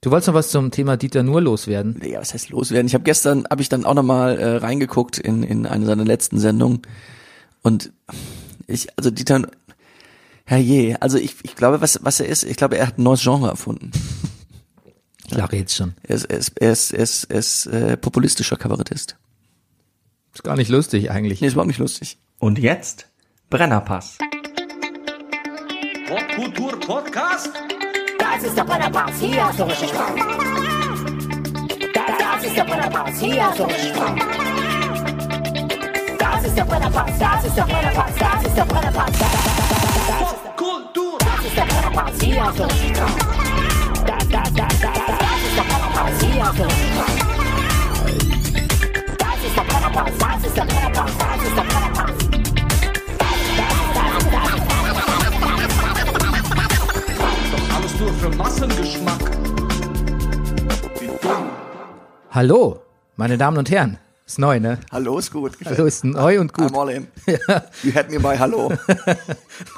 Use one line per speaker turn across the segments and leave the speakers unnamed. Du wolltest noch was zum Thema Dieter Nur loswerden.
Ja, was heißt loswerden? Ich habe gestern, habe ich dann auch nochmal äh, reingeguckt in, in eine seiner letzten Sendungen. Und ich, also Dieter, herrje, also ich, ich glaube, was, was er ist, ich glaube, er hat ein neues Genre erfunden.
Ich lache jetzt schon.
Er ist, er ist, er ist, er ist, er ist äh, populistischer Kabarettist.
Ist gar nicht lustig eigentlich.
Nee, ist überhaupt nicht lustig.
Und jetzt Brennerpass.
Popkultur-Podcast?
Das ist der Brennerpass, hier hast du richtig Spaß. Das, das ist der Brennerpass, hier hast du richtig Spaß. Das ist der Brennerpass, das ist der Brennerpass, das ist der Brennerpass. Das,
Kultur!
das ist der Brennerpass, hier hast du richtig Spaß. Das, das, das, das, das, das ist der Brennerpass, hier hast du richtig Spaß. Das ist der Brennerpass, das ist der Brennerpass, das ist der Brennerpass.
Alles nur für Massengeschmack.
Hallo, meine Damen und Herren. Ist neu, ne?
Hallo, ist gut.
Hallo ist neu und gut.
I'm all in. You had me by Hallo.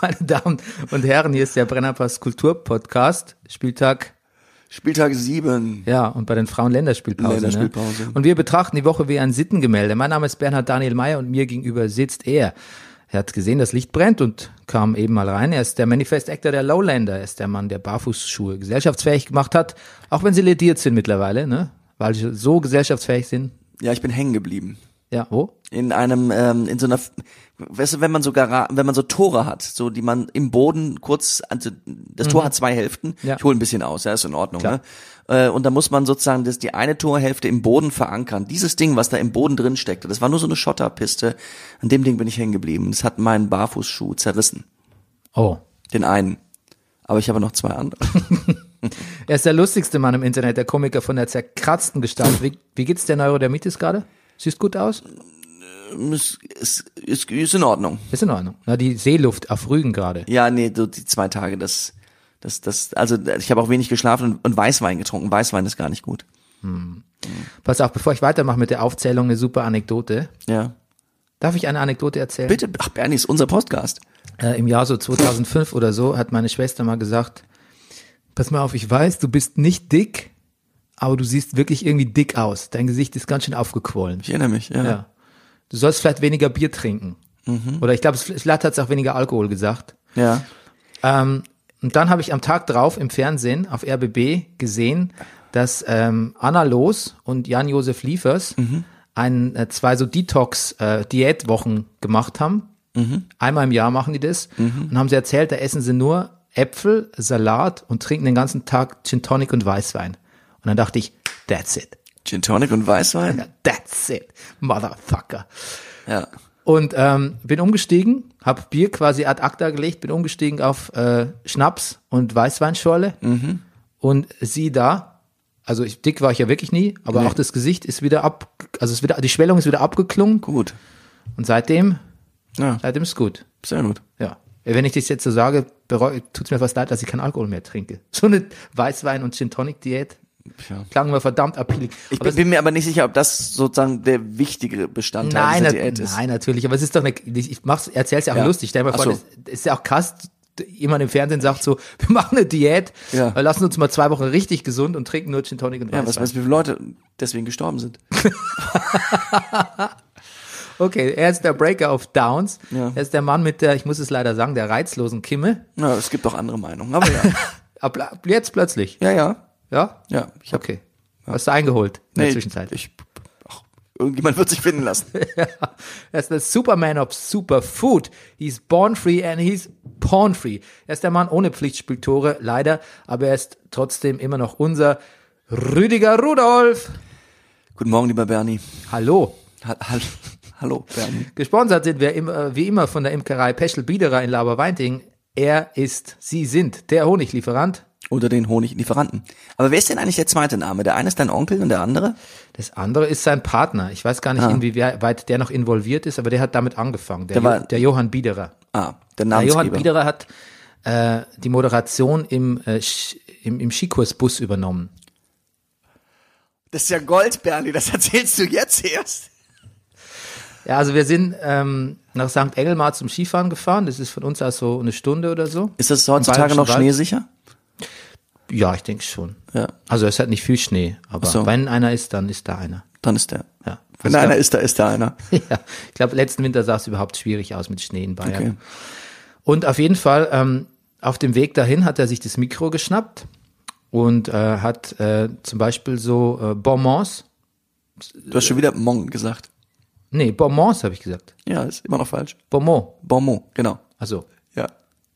Meine Damen und Herren, hier ist der Brennerpass Kulturpodcast. Spieltag,
Spieltag sieben.
ja, und bei den Frauen Länderspielpause.
Länderspielpause.
Ne? Und wir betrachten die Woche wie ein Sittengemälde. Mein Name ist Bernhard Daniel Mayer und mir gegenüber sitzt er. Er hat gesehen, das Licht brennt und kam eben mal rein. Er ist der Manifest Actor der Lowlander. Er ist der Mann, der Barfußschuhe gesellschaftsfähig gemacht hat, auch wenn sie lediert sind mittlerweile, ne? Weil sie so gesellschaftsfähig sind.
Ja, ich bin hängen geblieben.
Ja, wo?
in einem ähm, in so einer weißt du wenn man so Gara wenn man so Tore hat so die man im Boden kurz also das Tor hat zwei Hälften
Mhm. Ja.
ich hole ein bisschen aus ja ist in Ordnung
Klar.
ne äh, und da muss man sozusagen das die eine Torhälfte im Boden verankern dieses Ding was da im Boden drin steckte das war nur so eine Schotterpiste an dem Ding bin ich hängen geblieben das hat meinen Barfußschuh zerrissen
Oh.
den einen aber ich habe noch zwei andere
Er ist der lustigste Mann im Internet, der Komiker von der zerkratzten Gestalt. Wie, wie geht's der Neurodermitis gerade? Siehst gut aus?
ist, ist, ist, ist in Ordnung
Ist in Ordnung. Na, die Seeluft auf Rügen gerade.
Ja, nee, so die zwei Tage, das, das, das, also ich habe auch wenig geschlafen und, und Weißwein getrunken. Weißwein ist gar nicht gut.
Pass auf, bevor ich weitermache mit der Aufzählung, eine super Anekdote.
Ja.
Darf ich eine Anekdote erzählen?
Bitte, ach Bernie, ist unser Podcast.
Äh, Im Jahr so 2005 oder so hat meine Schwester mal gesagt, pass mal auf, ich weiß, du bist nicht dick, aber du siehst wirklich irgendwie dick aus. Dein Gesicht ist ganz schön aufgequollen.
Ich erinnere mich, ja.
Ja. Du sollst vielleicht weniger Bier trinken. Oder ich glaube, es- vielleicht hat es auch weniger Alkohol gesagt.
Ja.
Ähm, und dann habe ich am Tag drauf im Fernsehen auf RBB gesehen, dass ähm, Anna Loos und Jan-Josef Liefers ein, äh, zwei so Detox-Diätwochen gemacht haben. Einmal im Jahr machen die das. Und haben sie erzählt, da essen sie nur Äpfel, Salat und trinken den ganzen Tag Gin Tonic und Weißwein. Und dann dachte ich, that's it.
Gin Tonic und Weißwein?
That's it. Motherfucker.
Ja.
Und ähm, bin umgestiegen, hab Bier quasi ad acta gelegt, bin umgestiegen auf äh, Schnaps und Weißweinschorle.
Mhm.
Und sieh da, also ich, dick war ich ja wirklich nie, aber auch das Gesicht ist wieder ab, also es ist wieder, die Schwellung ist wieder abgeklungen
Gut.
und seitdem,
Ja,
seitdem ist gut.
sehr gut.
Ja. Äh, Wenn ich das jetzt so sage, tut mir fast leid, dass ich keinen Alkohol mehr trinke. So eine Weißwein- und Gin-Tonic-Diät
Tja.
klang mir verdammt appelig.
Ich
Aber
bin, bin mir aber nicht sicher, ob das sozusagen der wichtigere Bestandteil
Nein,
dieser
nat
Diät ist.
nein, natürlich. Aber es ist doch eine, ich ich mach's, erzähl's ja auch
Ja.
lustig. Stell dir mal
Ach
vor,
so.
das das ist ja auch krass. Jemand im Fernsehen sagt so, wir machen eine Diät,
Ja.
äh, lassen uns mal zwei Wochen richtig gesund und trinken nur Gin Tonic und
Ja, was
Weißwein.
weißt du, wie viele Leute deswegen gestorben sind?
okay, er ist der Breaker of Downs.
Ja.
Er ist der Mann mit der, ich muss es leider sagen, der reizlosen Kimme.
Na, es gibt auch andere Meinungen, aber ja.
Ab, ab jetzt plötzlich.
ja, ja.
Ja?
Ja, ich hab,
Okay. Hast du eingeholt in der Zwischenzeit.
Ich, ach, irgendjemand wird sich finden lassen.
Er ist der Superman of Superfood. He's born free and he's porn free. Er ist der Mann ohne Pflichtspieltore, leider, aber er ist trotzdem immer noch unser Rüdiger Rudolf.
Guten Morgen, lieber Bernie.
Hallo.
Ha- Hallo, hallo Bernie.
Gesponsert sind wir im, äh, wie immer von der Imkerei Peschel Biederer in Laberweinting. Er ist, sie sind der Honiglieferant.
Unter den Honiglieferanten. Aber wer ist denn eigentlich der zweite Name? Der eine ist dein Onkel und der andere?
Das andere ist sein Partner. Ich weiß gar nicht,
Ah.
inwieweit der noch involviert ist, aber der hat damit angefangen. Der,
Der war-
jo der Johann Biederer.
Ah, der
Ja, Johann
Namensgeber.
Biederer hat äh, die Moderation im, äh, Sch- im, im Skikursbus übernommen.
Das ist ja Gold, Bernie. Das erzählst du jetzt erst.
Ja, also wir sind ähm, nach St. Engelmar zum Skifahren gefahren. Das ist von uns aus so eine Stunde oder so.
Ist das
Im
heutzutage noch
Bayerischen Wald.
schneesicher?
Ja, ich denke schon.
Ja.
Also es hat nicht viel Schnee, aber
Ach so.
wenn einer ist, dann ist da einer.
Dann ist der.
Ja.
Wenn
Also
da einer ist, da ist da einer.
ja, ich glaube, letzten Winter sah es überhaupt schwierig aus mit Schnee in Bayern.
Okay.
Und auf jeden Fall, ähm, auf dem Weg dahin hat er sich das Mikro geschnappt und äh, hat äh, zum Beispiel so äh, Bonbons,
Du hast schon wieder Mong gesagt.
nee, Bonbons habe ich gesagt,
Ja, ist immer noch falsch.
Bonbon,
Bonbon, genau.
also
Ja.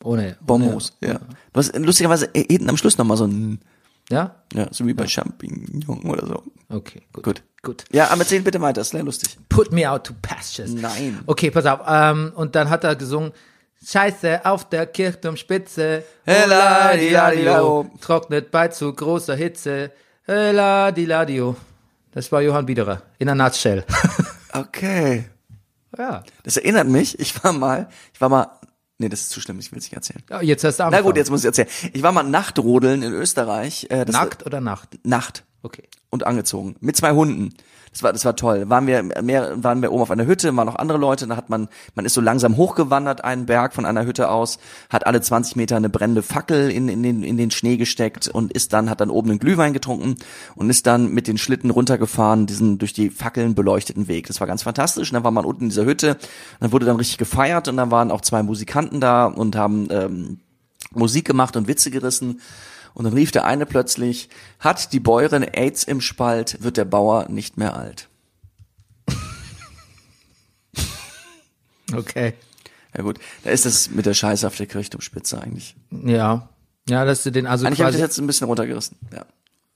ohne,
Bonbons, ja. Was lustigerweise äh, hinten am Schluss nochmal so ein,
ja,
ja, so wie bei Champignon oder so.
okay, gut.
Gut.
Gut.
Ja, aber erzähl bitte weiter, ist sehr lustig.
Put me out to pastures.
Nein.
Okay, pass auf. Ähm, und dann hat er gesungen, Scheiße auf der Kirchturmspitze,
Hella di la di lao.
oh. trocknet bei zu großer Hitze, Hella di la dio. Das war Johann Biederer, in a nutshell.
Okay.
ja,
Das erinnert mich, ich war mal, ich war mal, nee, das ist zu schlimm, ich will es nicht erzählen.
Ja, jetzt hast du
Na
angefangen.
gut, jetzt muss ich erzählen. Ich war mal Nachtrodeln in Österreich. Äh, das
Nackt oder Nacht?
Nacht.
Okay.
und angezogen mit zwei Hunden. Das war das war toll. Waren wir mehr waren wir oben auf einer Hütte, waren noch andere Leute, da hat man man ist so langsam hochgewandert einen Berg von einer Hütte aus, hat alle 20 Meter eine brennende Fackel in in den in den Schnee gesteckt und ist dann hat dann oben einen Glühwein getrunken und ist dann mit den Schlitten runtergefahren diesen durch die Fackeln beleuchteten Weg. Das war ganz fantastisch. Und dann war man unten in dieser Hütte, dann wurde dann richtig gefeiert und dann waren auch zwei Musikanten da und haben ähm, Musik gemacht und Witze gerissen. Und dann rief der eine plötzlich, hat die Bäuerin AIDS im Spalt, wird der Bauer nicht mehr alt.
Okay.
Ja gut, da ist das mit der Scheiße auf der Kirchturmspitze eigentlich.
Ja. Ja, dass du den also
Eigentlich habe ich
quasi,
das jetzt ein bisschen runtergerissen. Ja.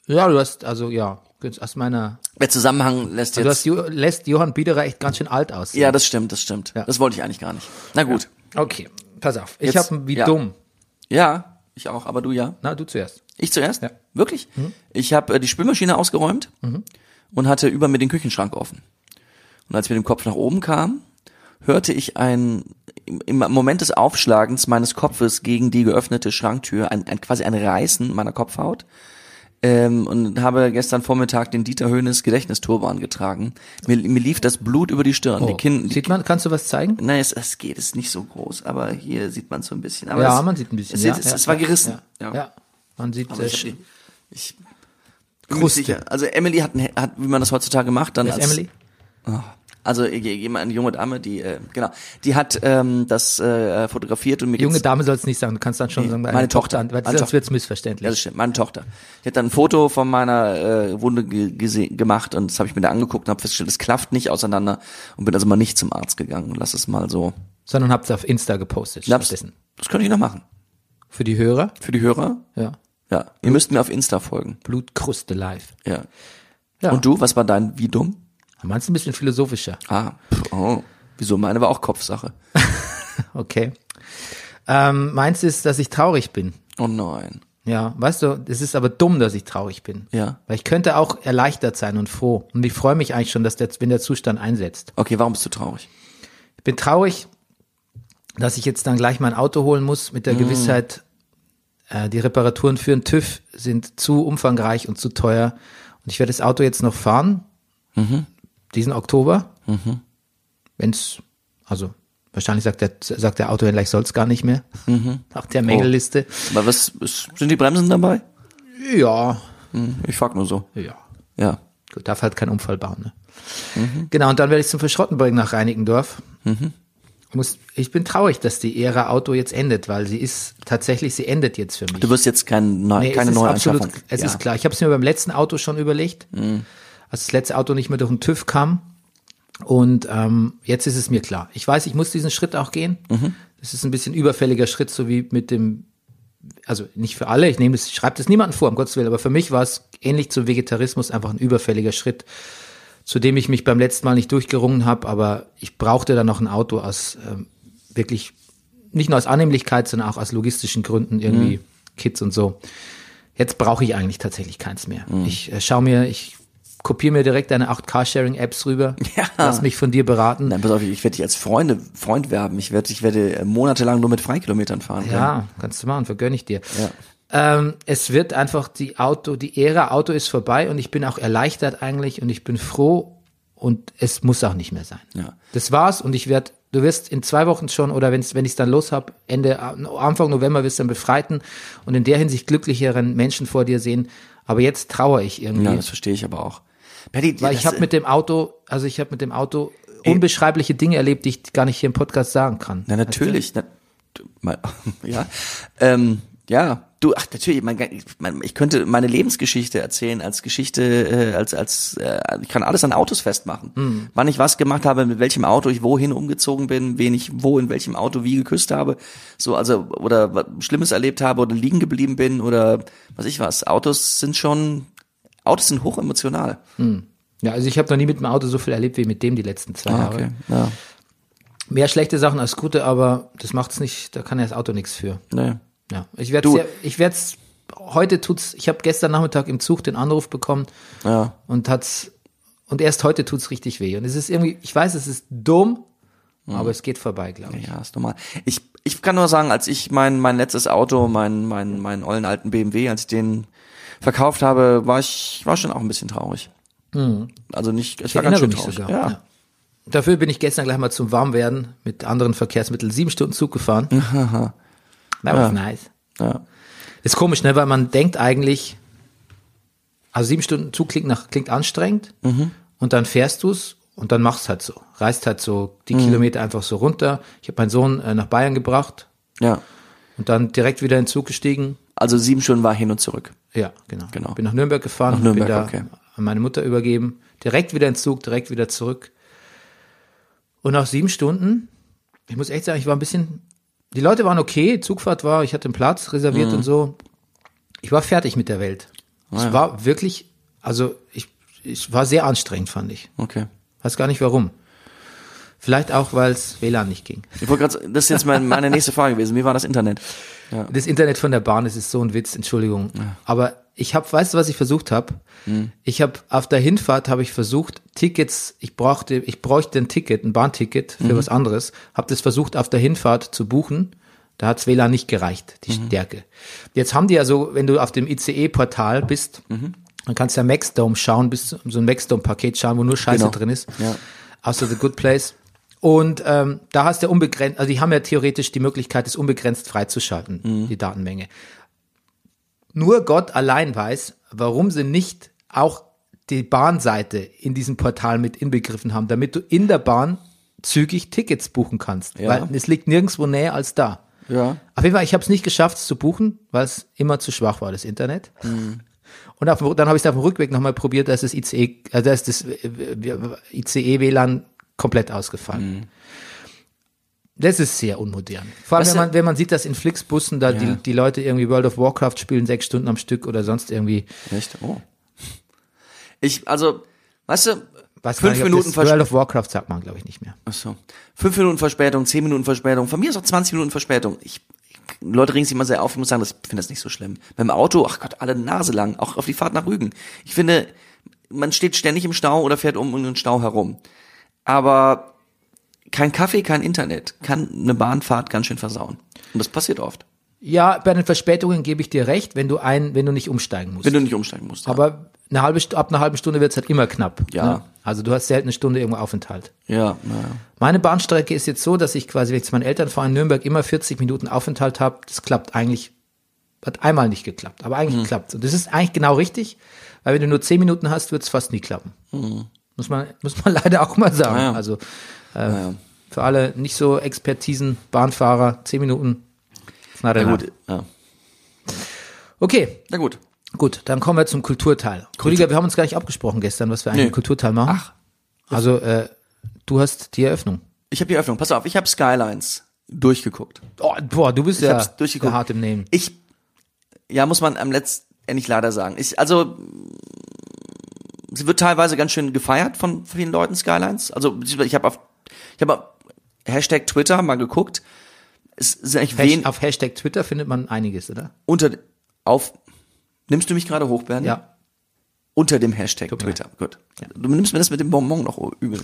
ja, du hast, also ja, jetzt aus meiner,
Der Zusammenhang lässt
Also du hast,
jetzt...
Jo- lässt Johann Biederer echt ganz schön alt aus.
Ja, das stimmt, das stimmt.
Ja.
Das wollte ich eigentlich gar nicht. Na gut.
Okay, pass auf. Ich
Jetzt-
habe wie
ja.
dumm.
Ja, ich auch, aber du ja.
Na, du zuerst.
Ich zuerst?
Ja. Mhm.
Wirklich? Ich habe äh, die Spülmaschine ausgeräumt und hatte über mir den Küchenschrank offen. Und als ich mit dem Kopf nach oben kam, hörte ich ein, im, im Moment des Aufschlagens meines Kopfes gegen die geöffnete Schranktür, ein, ein, quasi ein Reißen meiner Kopfhaut. Ähm, und habe gestern Vormittag den Dieter Höhnes Gedächtnisturban getragen. Mir, mir lief das Blut über die Stirn. Die Kinn, die
Oh. Sieht man, kannst du was zeigen?
Nein, es, es geht, es ist nicht so groß, aber hier sieht man so ein bisschen. Aber
ja,
es,
man sieht ein bisschen.
Es,
ja,
es,
ja,
es war
ja,
gerissen.
Ja, ja. man sieht
Aber
äh,
ich, hab die- ich bin mir
Kruste.
sicher. Also Emily hat, ein- hat, wie man das heutzutage macht, dann
Wer ist
als,
Emily?
Also je- jemand, eine junge Dame, die äh, genau, die hat ähm, das äh, fotografiert und mir
Junge
gezeigt-
Dame sollst nicht sagen, du kannst dann schon sagen,
meine Tochter.
weil
Meine
sonst wird's
Tochter. Ja, das
missverständlich.
stimmt, meine Tochter. Die hat dann ein Foto von meiner äh, Wunde ge gese- gemacht und das habe ich mir da angeguckt und habe festgestellt, es klafft nicht auseinander und bin also mal nicht zum Arzt gegangen und lass es mal so.
Sondern hab's auf Insta gepostet.
Labs-
stattdessen.
Das könnte ich noch machen.
Für die Hörer?
Für die Hörer?
Ja.
Ja. Ihr müsst mir auf Insta folgen.
Blutkruste live.
Ja.
Ja.
Und du, was war dein wie dumm?
Meinst du ein bisschen philosophischer?
Ah, pff, oh. Wieso? Meine war auch Kopfsache.
Okay. Ähm, meins ist, dass ich traurig bin.
Oh nein.
Ja, weißt du, es ist aber dumm, dass ich traurig bin.
Ja.
Weil ich könnte auch erleichtert sein und froh. Und ich freue mich eigentlich schon, dass der, wenn der Zustand einsetzt.
Okay, warum bist du traurig?
Ich bin traurig, dass ich jetzt dann gleich mein Auto holen muss mit der Gewissheit, äh, die Reparaturen für den TÜV sind zu umfangreich und zu teuer. Und ich werde das Auto jetzt noch fahren, diesen Oktober, wenn's, also wahrscheinlich sagt der, sagt der Autohändler, ich soll's gar nicht mehr, nach der Mängelliste.
Aber was ist, sind die Bremsen dabei?
Ja,
Hm, Ich frag nur so.
ja.
Ja.
Gut, darf halt keinen Unfall bauen. Ne?
Mhm.
Genau, und dann werde ich zum Verschrottenburg nach Reinickendorf. Muss, ich bin traurig, dass die Ära Auto jetzt endet, weil sie ist tatsächlich, sie endet jetzt für mich.
Du wirst jetzt kein, ne,
Nee,
keine
es ist
neue
absolut,
Anschaffung.
Es
ja. Mhm.
ist klar. Ich habe es mir beim letzten Auto schon überlegt, als das letzte Auto nicht mehr durch den TÜV kam. Und ähm, jetzt ist es mir klar. Ich weiß, ich muss diesen Schritt auch gehen.
Mhm.
Das ist ein bisschen überfälliger Schritt, so wie mit dem, also nicht für alle, ich nehme das, ich schreibe das niemandem vor, um Gottes Willen, aber für mich war es ähnlich zum Vegetarismus einfach ein überfälliger Schritt, zu dem ich mich beim letzten Mal nicht durchgerungen habe, aber ich brauchte dann noch ein Auto aus ähm, wirklich, nicht nur aus Annehmlichkeit, sondern auch aus logistischen Gründen, irgendwie Kids und so jetzt brauche ich eigentlich tatsächlich keins mehr. Ich äh, schaue mir, ich kopiere mir direkt deine acht Carsharing-Apps rüber,
Ja.
lass mich von dir beraten.
Nein, pass auf, ich werde dich als Freunde, Freund werben. Ich werde, ich werde äh, monatelang nur mit Freikilometern fahren. können.
Ja, kannst du machen, vergönne ich dir. Ähm, es wird einfach die Auto, die Ära Auto ist vorbei und ich bin auch erleichtert eigentlich und ich bin froh und es muss auch nicht mehr sein.
Ja.
Das war's und ich werde Du wirst in zwei Wochen schon, oder wenn's, wenn ich es dann los habe, Ende, Anfang November wirst du einen befreiten und in der Hinsicht glücklicheren Menschen vor dir sehen. Aber jetzt trauere ich irgendwie.
Ja, das verstehe ich aber auch. Paddy,
Weil ich
das- Äh,
habe mit dem Auto, also ich habe mit dem Auto unbeschreibliche Dinge erlebt, die ich gar nicht hier im Podcast sagen kann.
Na natürlich. Na, du, mal, ja. Ähm, ja, du, ach natürlich, mein, mein, ich könnte meine Lebensgeschichte erzählen als Geschichte, äh, als, als äh, ich kann alles an Autos festmachen. Wann ich was gemacht habe, mit welchem Auto ich wohin umgezogen bin, wen ich wo in welchem Auto wie geküsst habe, so, also, oder was Schlimmes erlebt habe oder liegen geblieben bin oder was ich was. Autos sind schon, Autos sind hochemotional.
Ja, also ich habe noch nie mit dem Auto so viel erlebt wie mit dem die letzten
Ah,
zwei Jahre.
Ja.
Mehr schlechte Sachen als gute, aber das macht's nicht, da kann ja das Auto nichts für.
Nee.
Ja, ich werde
Du-
sehr, ich werde heute tut's, ich habe gestern Nachmittag im Zug den Anruf bekommen
Ja.
und hat's und erst heute tut's richtig weh und es ist irgendwie, ich weiß, es ist dumm, aber es geht vorbei, glaube ich.
Ja, ist normal. Ich, ich kann nur sagen, als ich mein, mein letztes Auto, meinen mein, meinen ollen alten BMW, als ich den verkauft habe, war ich war schon auch ein bisschen traurig. Also nicht, ich, war ganz
Mhm. erinnere
schön
mich sogar,
traurig. Ja.
ja. Dafür bin ich gestern gleich mal zum Warmwerden mit anderen Verkehrsmitteln sieben Stunden Zug gefahren. That was nice.
Ja.
Ist komisch, ne? Weil man denkt eigentlich, also sieben Stunden Zug klingt, nach, klingt anstrengend
Mhm.
und dann fährst du's und dann machst halt so. Reist halt so die
Mhm.
Kilometer einfach so runter. Ich habe meinen Sohn äh, nach Bayern gebracht
ja.
und dann direkt wieder in den Zug gestiegen.
Also sieben Stunden war hin und zurück.
Ja, genau.
Genau.
Bin nach Nürnberg gefahren,
Nach Nürnberg,
bin da
okay.
an meine Mutter übergeben. Direkt wieder in den Zug, direkt wieder zurück. Und nach sieben Stunden, ich muss echt sagen, ich war ein bisschen, die Leute waren okay, Zugfahrt war, ich hatte einen Platz reserviert
Mhm.
und so. Ich war fertig mit der Welt.
Ah,
Es war wirklich, also ich, ich war sehr anstrengend, fand ich.
Okay.
Weiß gar nicht warum. Vielleicht auch, weil es WLAN nicht ging.
Ich wollte gerade, das ist jetzt mein, meine nächste Frage gewesen. Wie war das Internet?
Das Internet von der Bahn, es ist so ein Witz, Entschuldigung. Aber ich habe, weißt du, was ich versucht habe? Ich habe auf der Hinfahrt habe ich versucht Tickets. Ich brauchte, ich bräuchte ein Ticket, ein Bahnticket für was anderes. Habe das versucht auf der Hinfahrt zu buchen. Da hat's WLAN nicht gereicht, die Stärke. Jetzt haben die ja so, wenn du auf dem ICE-Portal bist, dann kannst du ja Maxdome schauen, bis zu- so ein Maxdome-Paket schauen, wo nur Scheiße
Genau.
drin ist.
Ja.
Außer The Good Place. Und ähm, da hast du ja unbegrenzt, also die haben ja theoretisch die Möglichkeit, es unbegrenzt freizuschalten,
Mhm.
die Datenmenge. Nur Gott allein weiß, warum sie nicht auch die Bahnseite in diesem Portal mit inbegriffen haben, damit du in der Bahn zügig Tickets buchen kannst.
Ja.
Weil es liegt nirgendwo näher als da.
Ja.
Auf jeden Fall, ich habe es nicht geschafft, es zu buchen, weil es immer zu schwach war, das Internet.
Hm.
Und auf, dem- dann habe ich es auf dem Rückweg nochmal probiert, da ist das ICE, äh, da ist das E ICE-WLAN komplett ausgefallen. Das ist sehr unmodern. Vor allem,
Hm. Was
wenn
ja-
man, wenn man sieht, dass in Flixbussen da die, die Leute irgendwie World of Warcraft spielen, sechs Stunden am Stück oder sonst irgendwie.
Echt? Oh. Ich, also, weißt du,
Weiß gar
fünf
nicht, ob
Minuten
das, World of Warcraft sagt man, glaube ich, nicht mehr.
Ach so. Fünf Minuten Verspätung, zehn Minuten Verspätung, von mir ist auch 20 Minuten Verspätung. Ich, Leute regen sich immer sehr auf, ich muss sagen, das- ich finde das nicht so schlimm. Beim Auto, ach Gott, alle Nase lang, auch auf die Fahrt nach Rügen. Ich finde, man steht ständig im Stau oder fährt um irgendeinen Stau herum. Aber kein Kaffee, kein Internet kann eine Bahnfahrt ganz schön versauen. Und das passiert oft,
Ja, bei den Verspätungen gebe ich dir recht, wenn du ein, wenn du nicht umsteigen musst.
wenn du nicht umsteigen musst. ja.
Aber eine halbe, Stu- ab einer halben Stunde wird es halt immer knapp.
Ja.
Ne? Also du hast selten eine Stunde irgendwo Aufenthalt.
ja, naja.
Meine Bahnstrecke ist jetzt so, dass ich quasi, wenn ich zu meinen Eltern fahre in Nürnberg, immer 40 Minuten Aufenthalt habe. Das klappt eigentlich, hat einmal nicht geklappt, aber
Hm.
eigentlich klappt Und das ist eigentlich genau richtig, weil wenn du nur 10 Minuten hast, wird es fast nie klappen.
Hm.
Muss, man, muss man leider auch mal sagen.
Naja.
Also äh, für alle nicht so Expertisen, Bahnfahrer, 10 Minuten. Na,
Na gut, ja.
Okay,
Na gut.
Gut, dann kommen wir zum Kulturteil. Rüdiger, wir haben uns gar nicht abgesprochen gestern, was wir eigentlich
Nee.
im Kulturteil machen. Ach. Also, äh, du hast die Eröffnung.
Ich habe die Öffnung, pass auf, ich habe Skylines durchgeguckt.
Oh, boah, du bist
Ich
ja
hab's durchgeguckt.
hart im Nehmen.
Ich, ja, muss man am letztendlich leider sagen. Ich, also, sie wird teilweise ganz schön gefeiert von vielen Leuten, Skylines. Also, beziehungsweise ich habe auf, ich habe auf Hashtag Twitter mal geguckt. Es sind eigentlich
Hash,
wen
auf Hashtag Twitter findet man einiges, oder?
unter, auf, nimmst du mich gerade hoch, Bernd?
Ja.
Unter dem Hashtag Twitter. Gut. Du nimmst mir das mit dem Bonbon noch übel.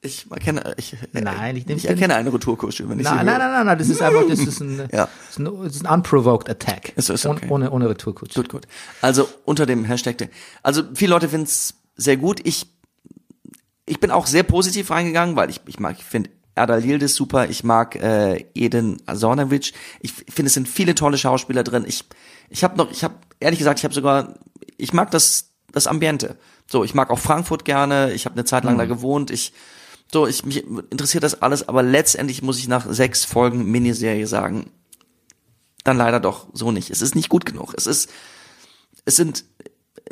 ich erkenne, ich,
Nein, ich
ich,
nehm's dir
erkenne eine Retourkutsche, wenn ich sie
Nein, nein,
höre.
nein, nein, nein, das ist einfach, das ist ein,
Ja.
das ist ein, das ist ein unprovoked attack.
Ist- ist okay.
Ohne- Ohne, ohne Retourkutsche.
Gut, gut. Also unter dem Hashtag. der- Also viele Leute finden's sehr gut. Ich, ich bin auch sehr positiv reingegangen, weil ich, ich mag, ich finde Erdal Yild ist super, ich mag äh, Eden Azornovic. Ich f- finde, es sind viele tolle Schauspieler drin. Ich ich habe noch, ich habe ehrlich gesagt, ich habe sogar, ich mag das das Ambiente. So, ich mag auch Frankfurt gerne. Ich habe eine Zeit lang da gewohnt. Ich so, ich mich interessiert das alles, aber letztendlich muss ich nach sechs Folgen Miniserie sagen, dann leider doch so nicht. Es ist nicht gut genug. Es ist, es sind,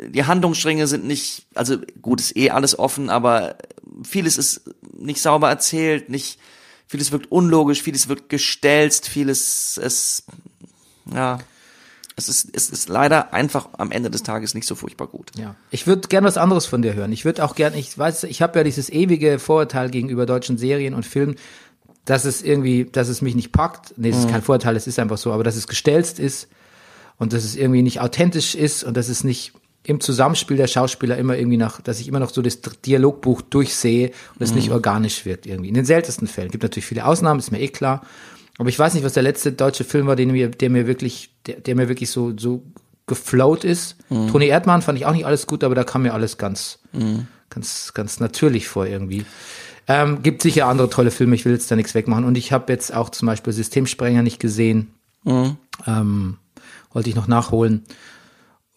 die Handlungsstränge sind nicht, also gut, ist eh alles offen, aber vieles ist nicht sauber erzählt, nicht, vieles wirkt unlogisch, vieles wirkt gestelzt, vieles, es, ja, es ist, es ist leider einfach am Ende des Tages nicht so furchtbar gut.
Ja. Ich würde gerne was anderes von dir hören. Ich würde auch gerne, ich weiß, ich habe ja dieses ewige Vorurteil gegenüber deutschen Serien und Filmen, dass es irgendwie, dass es mich nicht packt. Nee, es
Mhm.
ist kein Vorurteil, es ist einfach so, aber dass es gestelzt ist und dass es irgendwie nicht authentisch ist und dass es nicht im Zusammenspiel der Schauspieler immer irgendwie nach, dass ich immer noch so das Dialogbuch durchsehe und es nicht organisch wird irgendwie. In den seltensten Fällen. Gibt natürlich viele Ausnahmen, ist mir eh klar. Aber ich weiß nicht, was der letzte deutsche Film war, den mir, der mir wirklich, der, der mir wirklich so, so geflowt ist. Toni Erdmann fand ich auch nicht alles gut, aber da kam mir alles ganz, ganz, ganz natürlich vor irgendwie. Ähm, gibt sicher andere tolle Filme, ich will jetzt da nichts wegmachen. Und ich habe jetzt auch zum Beispiel Systemsprenger nicht gesehen.
Mhm.
Ähm, wollte ich noch nachholen.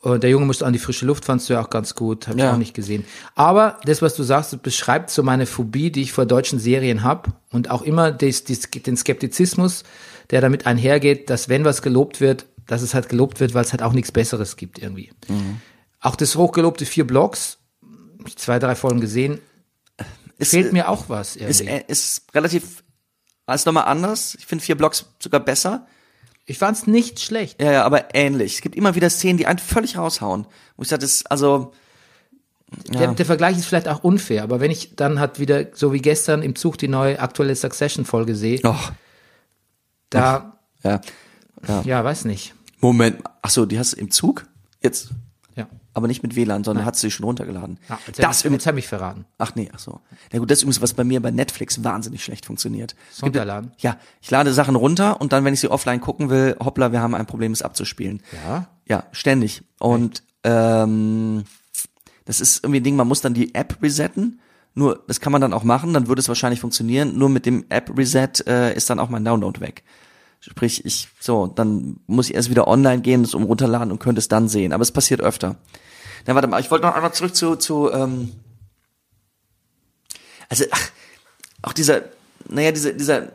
Äh, Der Junge musste an die frische Luft, fandst du ja auch ganz gut, habe ich
Ja.
auch nicht gesehen. Aber das, was du sagst, das beschreibt so meine Phobie, die ich vor deutschen Serien habe und auch immer des, des, den Skeptizismus, der damit einhergeht, dass wenn was gelobt wird, dass es halt gelobt wird, weil es halt auch nichts Besseres gibt irgendwie.
Mhm.
Auch das hochgelobte vier Blocks, hab ich zwei, drei Folgen gesehen,
Es,
fehlt mir auch was
ist,
irgendwie.
ist relativ, alles nochmal anders. Ich finde vier Blocks sogar besser.
Ich fand es nicht schlecht.
Ja, ja, aber ähnlich. Es gibt immer wieder Szenen, die einen völlig raushauen. Wo ich sage, das, also,
Der, der Vergleich ist vielleicht auch unfair, aber wenn ich dann halt wieder, so wie gestern im Zug, die neue aktuelle Succession-Folge sehe,
doch,
da,
ja.
ja, weiß nicht.
Moment. Ach so, die hast du im Zug? Jetzt,
Ja.
aber nicht mit WLAN, sondern hast du die schon runtergeladen.
Ah, jetzt
das
hab ich,
im,
jetzt hab ich verraten.
ach nee, ach so. Na gut, das ist übrigens, was bei mir bei Netflix wahnsinnig schlecht funktioniert. Es gibt-
Runterladen?
Ja, ich lade Sachen runter und dann, wenn ich sie offline gucken will, hoppla, wir haben ein Problem, es abzuspielen.
Ja?
Ja, ständig. Und ähm, das ist irgendwie ein Ding, man muss dann die App resetten. Nur, das kann man dann auch machen, dann würde es wahrscheinlich funktionieren. Nur mit dem App-Reset äh, ist dann auch mein Download weg. Sprich, ich, so, dann muss ich erst wieder online gehen, das um runterladen und könnte es dann sehen. Aber es passiert öfter. Na, warte mal, ich wollte noch einmal zurück zu, zu ähm, also, ach, auch dieser, naja, dieser, dieser,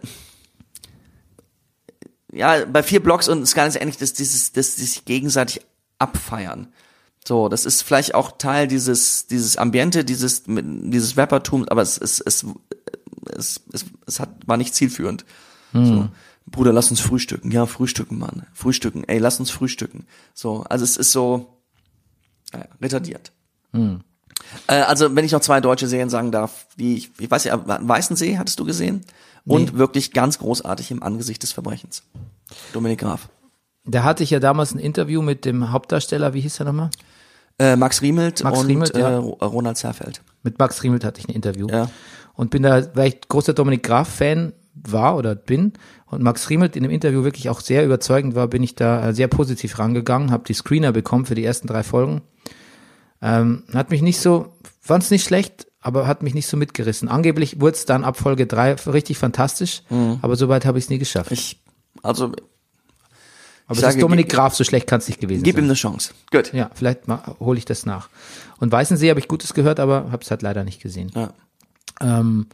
ja, bei vier Blocks und Sky ist ähnlich, dass dieses, dass die sich gegenseitig abfeiern. So, das ist vielleicht auch Teil dieses, dieses Ambiente, dieses, mit- dieses Rappertum, aber es, es, es, es, es, es hat, war nicht zielführend. So, Bruder, lass uns frühstücken. Ja, frühstücken, Mann. Frühstücken. Ey, lass uns frühstücken. So, also es ist so, naja, retardiert. Äh, also, wenn ich noch zwei deutsche Serien sagen darf, die, ich, ich weiß ja, Weißensee hattest du gesehen? Und wirklich ganz großartig im Angesicht des Verbrechens. Dominik Graf.
Da hatte ich ja damals ein Interview mit dem Hauptdarsteller, wie hieß er nochmal?
Äh, Max Riemelt
Max
und
Riemelt,
äh,
ja.
Ro- äh, Ronald Zerfeld.
Mit Max Riemelt hatte ich ein Interview.
Ja.
Und bin da, weil ich großer Dominik Graf-Fan war oder bin und Max Riemelt in dem Interview wirklich auch sehr überzeugend war, bin ich da äh, sehr positiv rangegangen, habe die Screener bekommen für die ersten drei Folgen. Ähm, hat mich nicht so, fand es nicht schlecht, aber hat mich nicht so mitgerissen. Angeblich wurde es dann ab Folge drei richtig fantastisch, aber soweit habe ich es nie geschafft.
Mhm. Ich, also,
aber
ich
es
sage,
ist Dominik
gib-
Graf, so schlecht kann es nicht gewesen
gib
sein.
ihm eine Chance. Gut.
Ja, vielleicht ma- hole ich das nach. Und Weißensee habe ich Gutes gehört, aber habe es halt leider nicht gesehen.
Ja.
Ähm,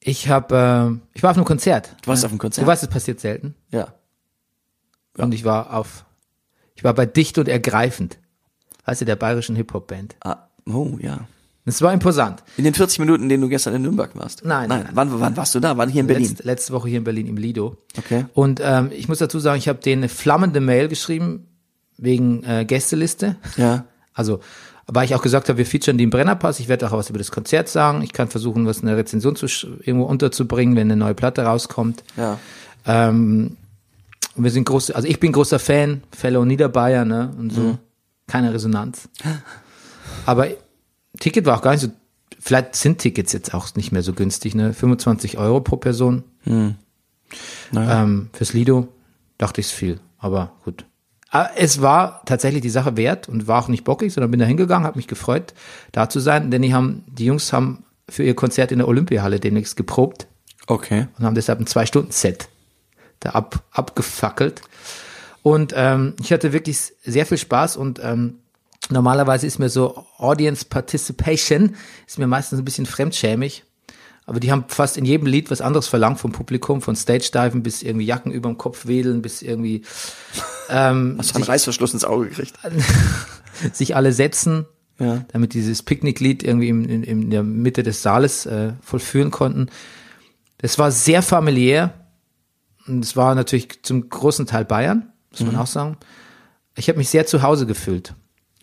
ich habe, äh, ich war auf einem Konzert.
Du warst auf dem Konzert?
Du weißt, es passiert selten.
ja.
Und ich war auf, ich war bei Dicht und Ergreifend. Weißt du, der bayerischen Hip-Hop-Band.
Ah, oh, ja.
Das war imposant.
In den 40 Minuten, in denen du gestern in Nürnberg warst?
Nein,
Nein,
nein, nein.
wann, wann warst du da? Wann hier in Berlin?
Letzt, letzte Woche hier in Berlin im Lido.
Okay.
Und ähm, ich muss dazu sagen, ich habe denen eine flammende Mail geschrieben wegen äh, Gästeliste.
Ja.
Also, weil ich auch gesagt habe, wir featuren die im Brennerpass. Ich werde auch was über das Konzert sagen. Ich kann versuchen, was in der Rezension zu sch- irgendwo unterzubringen, wenn eine neue Platte rauskommt.
Ja.
Ähm, und wir sind groß, also ich bin großer Fan, Fellow Niederbayer, ne? Und so. Keine Resonanz. Aber Ticket war auch gar nicht so. Vielleicht sind Tickets jetzt auch nicht mehr so günstig, ne? 25 Euro pro Person. Ähm, fürs Lido dachte ich es viel, aber gut. Aber es war tatsächlich die Sache wert und war auch nicht bockig, sondern bin da hingegangen, habe mich gefreut, da zu sein, denn die haben, die Jungs haben für ihr Konzert in der Olympiahalle demnächst geprobt.
Okay.
und haben deshalb ein Zwei-Stunden-Set da ab, abgefackelt. Und ähm, ich hatte wirklich sehr viel Spaß und ähm, normalerweise ist mir so Audience Participation, ist mir meistens ein bisschen fremdschämig. Aber die haben fast in jedem Lied was anderes verlangt vom Publikum, von Stage-Diven bis irgendwie Jacken überm Kopf wedeln, bis irgendwie
Hast du einen Reißverschluss ins Auge gekriegt?
sich alle setzen,
Ja.
damit dieses Picknicklied irgendwie im- in, in der Mitte des Saales äh, vollführen konnten. Es war sehr familiär und es war natürlich zum großen Teil Bayern, muss man auch sagen. Ich habe mich sehr zu Hause gefühlt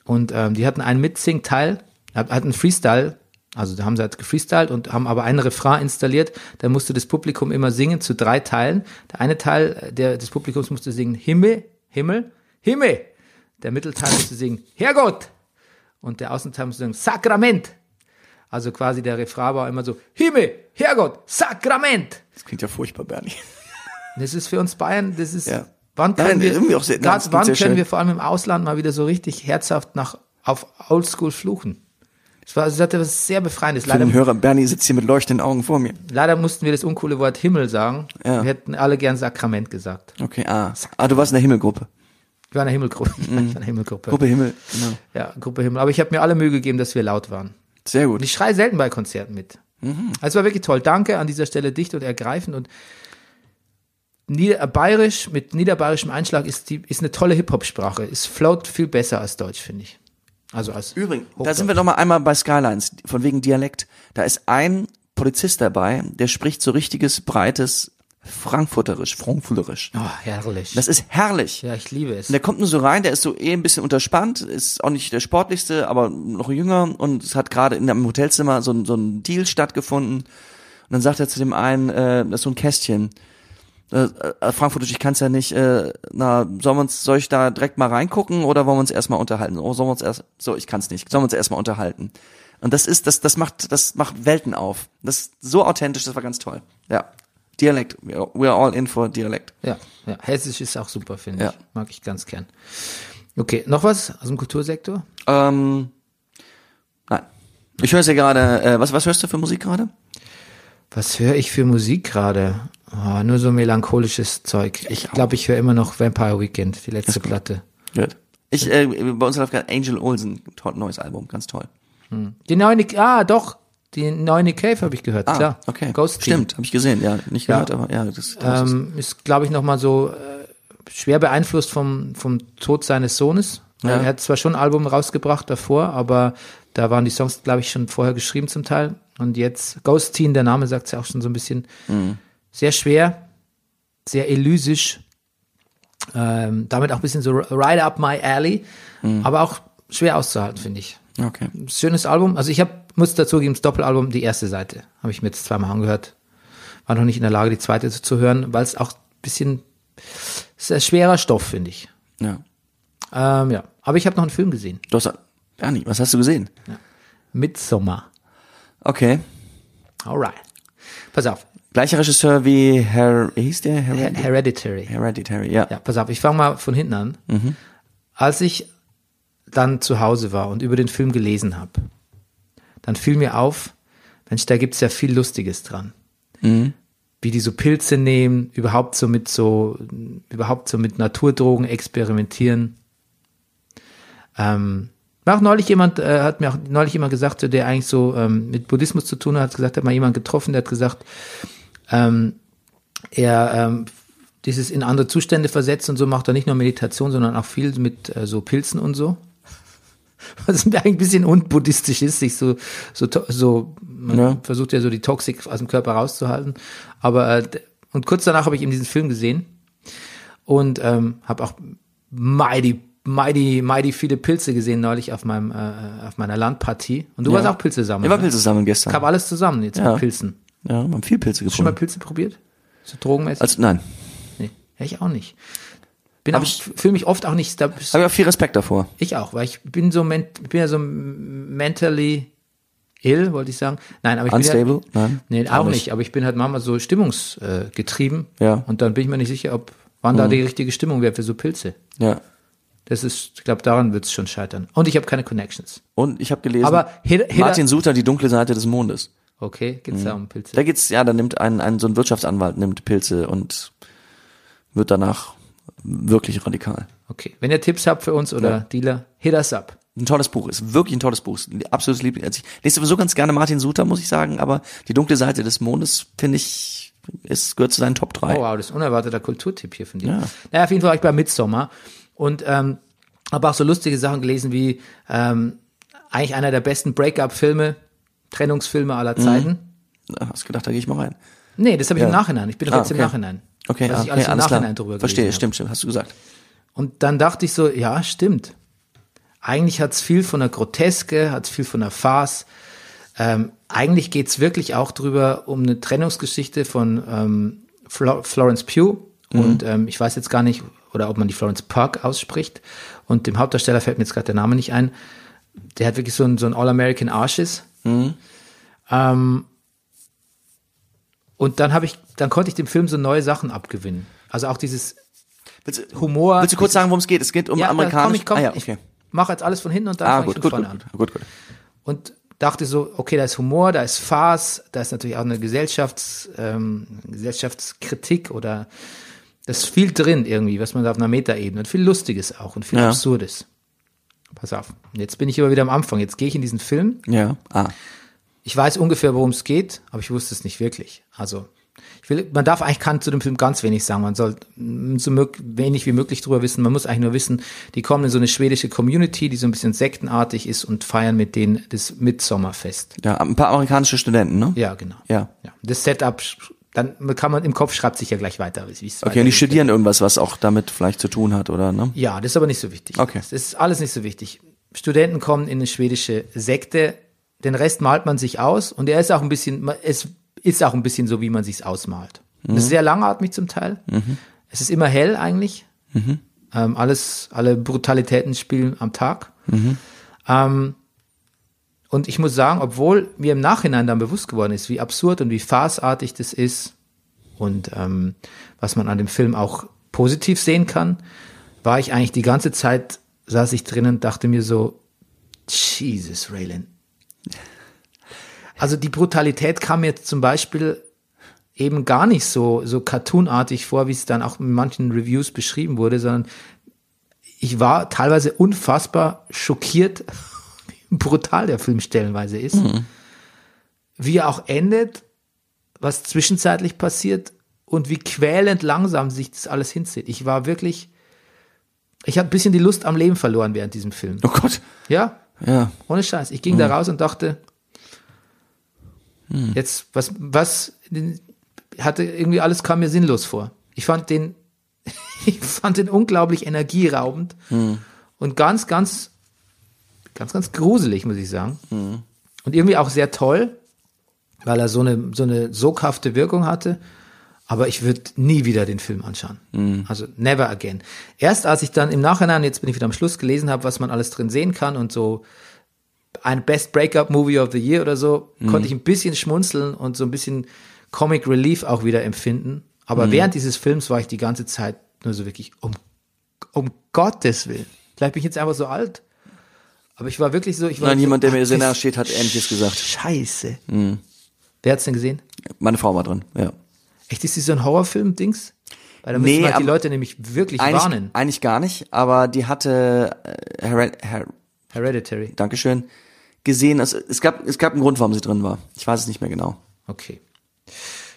und ähm, die hatten einen Mitsing-Teil, hat- hatten Freestyle, also da haben sie halt gefreestylt und haben aber einen Refrain installiert, da musste das Publikum immer singen zu drei Teilen. Der eine Teil äh, der, des Publikums musste singen Himmel, Himmel, Himmel. Der Mittelteil musste singen Herrgott und der Außenteil musste singen Sakrament. Also quasi der Refrain war immer so Himmel, Herrgott, Sakrament.
Das klingt ja furchtbar, Bernie.
Das ist für uns Bayern, das ist,
Ja.
wann können
Nein,
wir,
irgendwie auch sehr- nein,
gerade
das klingt
wann
sehr
können
schön.
wir vor allem im Ausland mal wieder so richtig herzhaft nach, auf Oldschool fluchen? Es war, es hatte was sehr Befreiendes.
Für
Leider,
den Hörer, Bernie sitzt hier mit leuchtenden Augen vor mir.
leider mussten wir das uncoole Wort Himmel sagen.
Ja.
Wir hätten alle gern Sakrament gesagt.
Okay, ah. Ah, du warst in der Himmelgruppe.
Ich war in der Himmelgruppe. Ich war in der Himmelgruppe.
Mhm. Gruppe Himmel, genau.
Ja, Gruppe Himmel. Aber ich habe mir alle Mühe gegeben, dass wir laut waren.
Sehr
Und
gut.
ich schreie selten bei Konzerten mit.
Mhm.
Also es war wirklich toll. Danke an dieser Stelle dicht und ergreifend und Nieder bayerisch mit niederbayerischem Einschlag ist die ist eine tolle Hip-Hop-Sprache. Es float viel besser als Deutsch, finde ich. Also als
Übrigens, da sind wir noch mal einmal bei Skylines, von wegen Dialekt. Da ist ein Polizist dabei, der spricht so richtiges, breites Frankfurterisch, Frankfurterisch.
Oh, herrlich.
Das Ne- ist herrlich.
ja, ich liebe es.
Und der kommt nur so rein, der ist so eh ein bisschen unterspannt, ist auch nicht der sportlichste, aber noch jünger und es hat gerade in einem Hotelzimmer so ein, so ein Deal stattgefunden. Und dann sagt er zu dem einen, äh, das ist so ein Kästchen. Äh, äh, Frankfurtisch, ich kann's ja nicht, äh, na, sollen wir uns, soll ich da direkt mal reingucken oder wollen wir uns erstmal unterhalten? Oh, sollen wir uns erst, so, ich kann's nicht, sollen wir uns erstmal unterhalten? Und das ist, das, das macht, das macht Welten auf. Das ist so authentisch, das war ganz toll. Ja. Dialekt. We're all in for Dialekt.
Ja, ja, hessisch ist auch super, finde
Ja.
ich. Mag ich ganz gern. Okay, noch was aus dem Kultursektor?
Ähm, nein. Ich höre ja gerade, äh, was, was hörst du für Musik gerade?
Was höre ich für Musik gerade? Ah, nur so melancholisches Zeug. Ich glaube, ich höre immer noch Vampire Weekend, die letzte Platte.
Gut. Ich, äh, bei uns läuft gerade Angel Olsen, to- neues Album, ganz toll.
Die neue Nick, ah, doch, die neue Nick Cave habe ich gehört,
Ah,
klar.
okay.
Ghost Team.
Stimmt, habe ich gesehen, ja, nicht
Ja.
gehört, aber ja, das, das ist,
Ähm, ist, glaube ich, nochmal so äh, schwer beeinflusst vom, vom Tod seines Sohnes. Er hat zwar schon ein Album rausgebracht davor, aber da waren die Songs, glaube ich, schon vorher geschrieben zum Teil. Und jetzt Ghost Teen, der Name sagt ja auch schon so ein bisschen
Mhm.
sehr schwer, sehr elysisch. Ähm, damit auch ein bisschen so right up my alley,
Mhm.
aber auch schwer auszuhalten, finde ich
okay.
schönes Album. Also ich hab, muss dazu geben, das Doppelalbum, die erste Seite, habe ich mir jetzt zweimal angehört. War noch nicht in der Lage, die zweite zu, zu hören, weil es auch ein bisschen ist ein schwerer Stoff, finde ich.
Ja.
Ähm, ja. Aber ich habe noch einen Film gesehen.
Du hast, Bernie, was hast du gesehen?
Midsommar.
Okay.
Alright. Pass auf.
Gleicher Regisseur wie Her, wie hieß der?
Her-
Her,
Hereditary.
Hereditary, ja.
Ja, pass auf, ich fange mal von hinten an. Als ich dann zu Hause war und über den Film gelesen habe, dann fiel mir auf, Mensch, da gibt's ja viel Lustiges dran. Wie die so Pilze nehmen, überhaupt so mit so, überhaupt so mit Naturdrogen experimentieren. Ähm, war auch neulich jemand, äh, hat mir auch neulich jemand gesagt, der eigentlich so ähm, mit Buddhismus zu tun hat, hat gesagt, hat mal jemand getroffen, der hat gesagt, ähm, er ähm, dieses in andere Zustände versetzt und so macht er nicht nur Meditation, sondern auch viel mit äh, so Pilzen und so. Was mir eigentlich ein bisschen unbuddhistisch ist, sich so, so, to- so man
Ja.
versucht ja so die Toxik aus dem Körper rauszuhalten. Aber äh, d- und kurz danach habe ich eben diesen Film gesehen und ähm, habe auch mighty, mighty, mighty viele Pilze gesehen neulich auf meinem äh, auf meiner Landpartie. Und du warst auch Pilze sammeln.
Ich war
ne?
Pilze zusammen gestern.
Kam alles zusammen jetzt
Ja.
mit Pilzen.
ja, wir haben viel Pilze
Schon mal
gefunden.
Pilze probiert? So drogenmäßig?
Also, nein.
Nee, ja, ich auch nicht. Bin
Hab
auch,
ich-
fühle mich oft auch nicht, da,
Habe ich auch viel Respekt davor.
ich auch, weil ich bin so, men, ich bin ja so mentally ill, wollte ich sagen. Nein, aber ich
Unstable?
bin ja,
Nein,
Nee,
auch
auch nicht.
nicht.
aber ich bin halt manchmal so stimmungsgetrieben.
Ja. Mhm.
Und dann bin ich mir nicht sicher, ob, wann da die richtige Stimmung wäre für so Pilze.
Ja.
Das ist, ich glaube, daran wird es schon scheitern. Und ich habe keine Connections.
Und ich habe gelesen,
Aber Hid- Hid-
Martin Suter, die dunkle Seite des Mondes.
Okay,
Mhm.
geht's da um Pilze?
Da geht's, ja, da nimmt ein, ein so ein Wirtschaftsanwalt nimmt Pilze und wird danach wirklich radikal.
Okay. Wenn ihr Tipps habt für uns oder Dealer, hit us up.
Ein tolles Buch, ist wirklich ein tolles Buch. Ist ein absolutes Liebling. Also ich lese sowieso ganz gerne Martin Suter, muss ich sagen, aber die dunkle Seite des Mondes, finde ich, es gehört zu seinen Top 3.
Oh, wow, das ist ein unerwarteter Kulturtipp hier von dir.
Ja.
Naja, auf jeden Fall war ich bei Midsommar und ähm, habe auch so lustige Sachen gelesen wie ähm, eigentlich einer der besten Break-up-Filme, Trennungsfilme aller Zeiten.
Na, Hast gedacht, da gehe ich mal rein.
Nee, das habe ich
Mhm. Ja.
im Nachhinein. Ich bin doch
Ah,
jetzt im
okay.
Nachhinein.
Okay,
Was ich
ah, okay
alles im
alles
Nachhinein
klar.
drüber
Verstehe,
gelesen
stimmt, stimmt, hast du gesagt.
habe. Und dann dachte ich so, ja, stimmt. Eigentlich hat's viel von der Groteske, hat's viel von der Farce. Ähm, eigentlich geht's wirklich auch drüber um eine Trennungsgeschichte von ähm, Flo Florence Pugh
Mhm.
und ähm, ich weiß jetzt gar nicht, oder ob man die Florence Park ausspricht. Und dem Hauptdarsteller fällt mir jetzt gerade der Name nicht ein. Der hat wirklich so ein, so ein All-American Arsches.
Mhm.
Ähm, und dann habe ich, dann konnte ich dem Film so neue Sachen abgewinnen. Also auch dieses
Willst, du-
Humor.
willst du kurz sagen, worum es geht? Es geht um
ja,
amerikanische.
amerikanisch? Komm, ich komm,
ah, ja,
ich
okay.
mache jetzt alles von hinten und dann
Ah,
fang
gut,
ich
gut,
von
gut,
vorne an.
gut, gut.
Und dachte so, okay, da ist Humor, da ist Farce, da ist natürlich auch eine Gesellschafts, ähm, Gesellschaftskritik oder das ist viel drin irgendwie, was man da auf einer Metaebene und viel Lustiges auch und viel
Ja.
Absurdes. Pass auf. Und Jetzt bin ich aber wieder am Anfang. Jetzt gehe ich in diesen Film
Ja, ah.
ich weiß ungefähr, worum es geht, aber ich wusste es nicht wirklich. Also, ich will, man darf eigentlich kann zu dem Film ganz wenig sagen. Man soll mm, so mög- wenig wie möglich drüber wissen. Man muss eigentlich nur wissen, die kommen in so eine schwedische Community, die so ein bisschen sektenartig ist und feiern mit denen das Mitsommerfest.
Ja, ein paar amerikanische Studenten, ne?
Ja, genau.
Ja.
ja. Das Setup, sch- dann kann man im Kopf schreibt sich ja gleich weiter, wie es
Okay, und die studieren irgendwas, was auch damit vielleicht zu tun hat, oder, ne?
Ja, das ist aber nicht so wichtig.
Okay.
Das ist alles nicht so wichtig. Studenten kommen in eine schwedische Sekte, den Rest malt man sich aus und er ist auch ein bisschen, ma- es ist auch ein bisschen so, wie man sich's ausmalt. Das ist sehr langatmig zum Teil. Es ist immer hell eigentlich. Ähm, alles, alle Brutalitäten spielen am Tag. Ähm, und ich muss sagen, obwohl mir im Nachhinein dann bewusst geworden ist, wie absurd und wie farceartig das ist und ähm, was man an dem Film auch positiv sehen kann, war ich eigentlich die ganze Zeit, saß ich drin und dachte mir so, Jesus, Raylan. Also die Brutalität kam mir zum Beispiel eben gar nicht so, so cartoonartig vor, wie es dann auch in manchen Reviews beschrieben wurde, sondern ich war teilweise unfassbar schockiert, wie brutal der Film stellenweise ist, wie er auch endet, was zwischenzeitlich passiert und wie quälend langsam sich das alles hinzieht. Ich war wirklich, ich habe ein bisschen die Lust am Leben verloren während diesem Film.
Oh Gott.
Ja,
Ja.
ohne Scheiß. Ich ging da raus und dachte, jetzt, was, was, hatte irgendwie alles kam mir sinnlos vor. Ich fand den, ich fand den unglaublich energieraubend und ganz, ganz, ganz, ganz gruselig, muss ich sagen. Und irgendwie auch sehr toll, weil er so eine, so eine soghafte Wirkung hatte. Aber ich würde nie wieder den Film anschauen. Also never again. Erst als ich dann im Nachhinein, jetzt bin ich wieder am Schluss, gelesen habe, was man alles drin sehen kann und so ein Best Breakup Movie of the Year oder so,
Mhm.
konnte ich ein bisschen schmunzeln und so ein bisschen Comic Relief auch wieder empfinden. Aber
Mhm.
während dieses Films war ich die ganze Zeit nur so wirklich, um, um Gottes Willen. Vielleicht bin ich jetzt einfach so alt. Aber ich war wirklich so, ich war.
Nein,
so,
jemand, der mir
ach,
sehr
das-
nahe steht, hat Ähnliches gesagt. Mhm.
Scheiße. Wer hat's denn gesehen?
Meine Frau war drin, ja.
Echt, ist das so ein Horrorfilm-Dings? Weil da
Nee,
müssen halt die
aber-
Leute nämlich wirklich
Eigentlich,
warnen.
eigentlich gar nicht, aber die hatte äh, Her Her
Hereditary.
Dankeschön gesehen. Es, es, gab, es gab einen Grund, warum sie drin war. Ich weiß es nicht mehr genau.
Okay.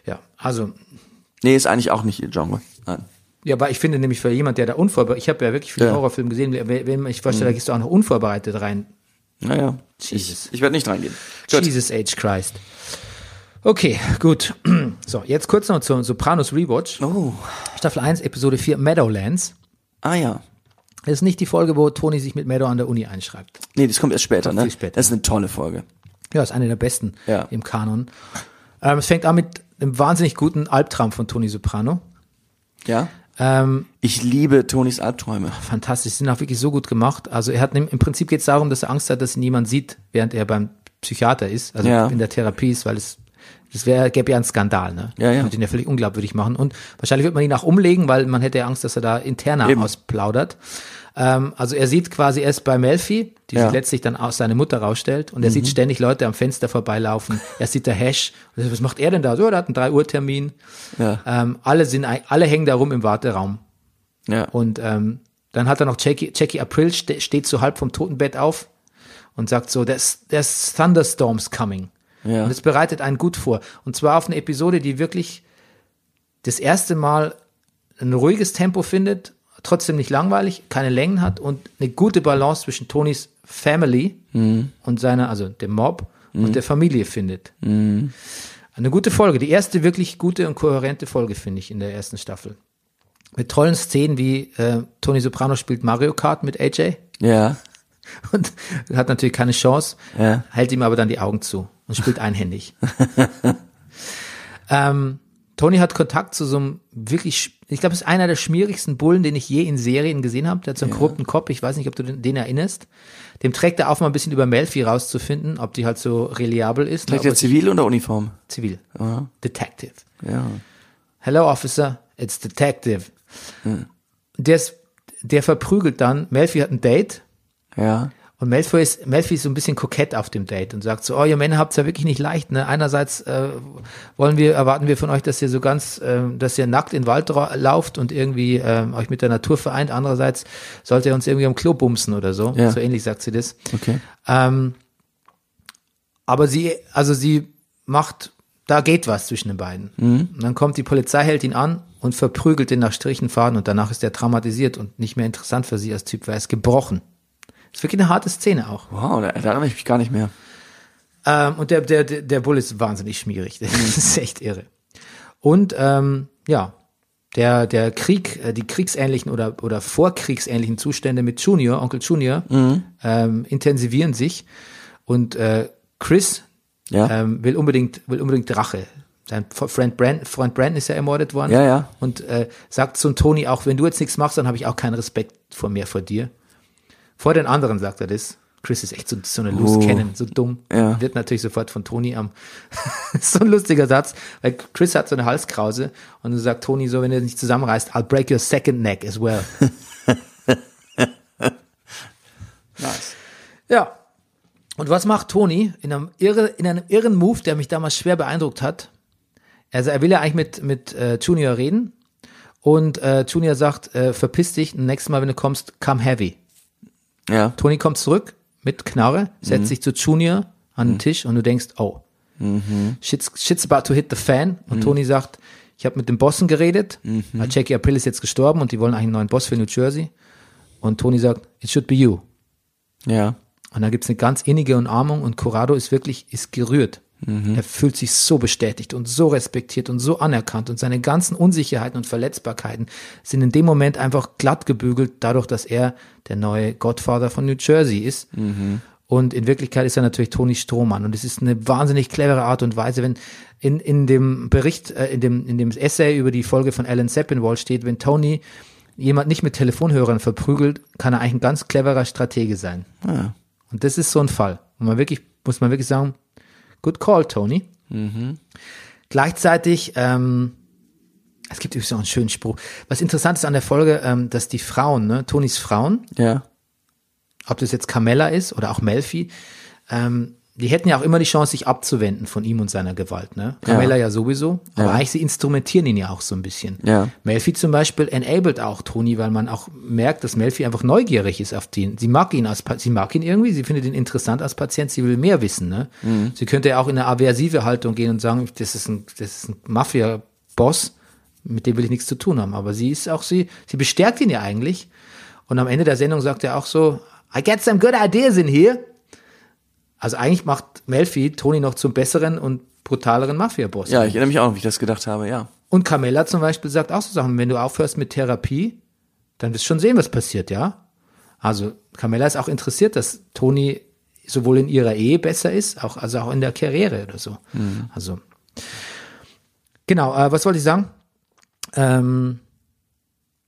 Ja, also,
Nee, ist eigentlich auch nicht ihr Genre. Nein.
ja, aber ich finde nämlich für jemand, der da unvorbereitet, ich habe ja wirklich viele
Ja. Mhm.
Horrorfilme gesehen, wenn wenn man ich vorstelle, da gehst du auch noch unvorbereitet rein.
Naja.
Jesus.
Ich, ich werde nicht reingehen. Gut.
Jesus H. Christ. Okay, gut. So, jetzt kurz noch zum Sopranos Rewatch.
Oh.
Staffel 1, Episode 4, Meadowlands.
Ah ja.
Das ist nicht die Folge, wo Toni sich mit Meadow an der Uni einschreibt.
Nee, das kommt erst später, ne?
viel später.
Das ist eine tolle Folge.
Ja, ist eine der besten
Ja.
im Kanon. Ähm, es fängt an mit einem wahnsinnig guten Albtraum von Toni Soprano.
Ja?
Ähm,
Ich liebe Tonis Albträume.
fantastisch, sind auch wirklich so gut gemacht. Also er hat nem- im Prinzip geht es darum, dass er Angst hat, dass ihn niemand sieht, während er beim Psychiater ist, also
Ja.
in der Therapie ist, weil es Das wäre, gäbe ja einen Skandal, ne?
Ja, ja.
Das würde ihn ja völlig unglaubwürdig machen. Und wahrscheinlich wird man ihn auch umlegen, weil man hätte ja Angst, dass er da interner
Eben.
ausplaudert. Ähm, also er sieht quasi erst bei Melfi, die
Ja. Mhm.
sich letztlich dann aus seine Mutter rausstellt. Und er sieht ständig Leute am Fenster vorbeilaufen. er sieht der Hash. Und er sagt, Was macht er denn da? So, er hat einen 3-Uhr-Termin.
Ja.
Ähm, alle sind, ein- alle hängen da rum im Warteraum.
Ja.
Und ähm, dann hat er noch Jackie, Jackie April ste steht so halb vom Totenbett auf und sagt so, there's, there's thunderstorms coming.
Ja.
Und es bereitet einen gut vor. Und zwar auf eine Episode, die wirklich das erste Mal ein ruhiges Tempo findet, trotzdem nicht langweilig, keine Längen hat und eine gute Balance zwischen Tonys Family und seiner, also dem Mob und der Familie findet. Eine gute Folge, die erste wirklich gute und kohärente Folge, finde ich, in der ersten Staffel. Mit tollen Szenen wie äh, Tony Soprano spielt Mario Kart mit AJ
ja.
und hat natürlich keine Chance,
Ja.
hält ihm aber dann die Augen zu und spielt einhändig. ähm, Tony hat Kontakt zu so einem wirklich, sch- ich glaube, es ist einer der schmierigsten Bullen, den ich je in Serien gesehen habe. Der hat so einen korrupten Kopf, ich weiß nicht, ob du den, den erinnerst. Dem trägt er auf, mal ein bisschen über Melfi rauszufinden, ob die halt so reliabel ist.
Trägt
ne,
er
ob
zivil oder Uniform?
es- zivil. Detective.
Ja.
Hello, Officer, it's Detective. Der, ist, der verprügelt dann, Melfi hat ein Date
Ja.
und Malfoy ist, Malfoy ist so ein bisschen kokett auf dem Date und sagt so, oh, ihr Männer habt's ja wirklich nicht leicht. Ne? Einerseits äh, wollen wir, erwarten wir von euch, dass ihr so ganz, ähm, dass ihr nackt in den Wald ra- lauft und irgendwie ähm, euch mit der Natur vereint. Andererseits sollt ihr uns irgendwie am Klo bumsen oder so.
Ja.
So ähnlich sagt sie das.
Okay.
Ähm, aber sie, also sie macht, da geht was zwischen den beiden. Und dann kommt die Polizei, hält ihn an und verprügelt ihn nach Strichenfaden und danach ist er traumatisiert und nicht mehr interessant für sie als Typ, weil er ist gebrochen. Ist wirklich eine harte Szene auch.
Wow, da da erinnere ich mich gar nicht mehr.
Ähm, und der, der, der der Bull ist wahnsinnig schmierig. Das
Mhm.
ist echt irre. Und ähm, ja, der, der Krieg, äh, die kriegsähnlichen oder, oder vorkriegsähnlichen Zustände mit Junior, Onkel Junior,
Mhm.
ähm, intensivieren sich. Und äh, Chris
Ja.
ähm, will, unbedingt, will unbedingt Rache. Sein F- Freund Brand, Freund Brand ist ja ermordet worden.
Ja, ja.
Und äh, sagt zum Tony auch, wenn du jetzt nichts machst, dann habe ich auch keinen Respekt vor mehr vor dir. Vor den anderen sagt er das. Chris ist echt so, so eine
Oh.
Loose Cannon, so dumm.
Ja.
Wird natürlich sofort von Tony am. so ein lustiger Satz, weil Chris hat so eine Halskrause und dann sagt Tony so, wenn du nicht zusammenreißt, I'll break your second neck as well.
Nice.
Ja. Und was macht Toni in einem, irre, in einem irren Move, der mich damals schwer beeindruckt hat? Also er will ja eigentlich mit, mit äh, Junior reden und äh, Junior sagt, äh, verpiss dich, nächstes Mal, wenn du kommst, come heavy.
Ja.
Toni kommt zurück mit Knarre, setzt sich zu Junior an den Tisch und du denkst, oh, shit's, shit's about to hit the fan. Und Toni sagt, ich habe mit den Bossen geredet, weil Jackie April ist jetzt gestorben und die wollen eigentlich einen neuen Boss für New Jersey. Und Toni sagt, it should be you.
Ja.
Und da gibt's eine ganz innige Umarmung und Corrado ist wirklich, ist gerührt. Er fühlt sich so bestätigt und so respektiert und so anerkannt und seine ganzen Unsicherheiten und Verletzbarkeiten sind in dem Moment einfach glatt gebügelt, dadurch, dass er der neue Godfather von New Jersey ist. Und in Wirklichkeit ist er natürlich Toni Strohmann. Und es ist eine wahnsinnig clevere Art und Weise, wenn in, in dem Bericht, äh, in, dem, in dem Essay über die Folge von Alan Seppinwall steht, wenn Tony jemand nicht mit Telefonhörern verprügelt, kann er eigentlich ein ganz cleverer Stratege sein.
Ah.
Und das ist so ein Fall. Und man wirklich, muss man wirklich sagen, good call, Tony. Gleichzeitig, ähm, es gibt übrigens auch einen schönen Spruch. Was interessant ist an der Folge, ähm, dass die Frauen, ne, Tonys Frauen,
Ja.
ob das jetzt Carmella ist oder auch Melfi, ähm, die hätten ja auch immer die Chance, sich abzuwenden von ihm und seiner Gewalt. Ne? Carmella ja. sowieso, aber eigentlich sie instrumentieren ihn ja auch so ein bisschen.
Ja.
Melfi zum Beispiel enabled auch Toni, weil man auch merkt, dass Melfi einfach neugierig ist auf den. Sie mag ihn als Pa- sie mag ihn irgendwie, sie findet ihn interessant als Patient, sie will mehr wissen. Ne? Sie könnte ja auch in eine aversive Haltung gehen und sagen, das ist ein, das ist ein Mafia-Boss, mit dem will ich nichts zu tun haben. Aber sie ist auch sie, sie bestärkt ihn ja eigentlich. Und am Ende der Sendung sagt er auch so, I get some good ideas in here. Also eigentlich macht Melfi Toni noch zum besseren und brutaleren Mafia-Boss.
Ja, ich erinnere mich auch noch, wie ich das gedacht habe, ja.
Und Carmella zum Beispiel sagt auch so Sachen, wenn du aufhörst mit Therapie, dann wirst du schon sehen, was passiert, ja? Also Carmella ist auch interessiert, dass Toni sowohl in ihrer Ehe besser ist, auch, also auch in der Karriere oder so. Also genau, äh, was wollte ich sagen? Ähm,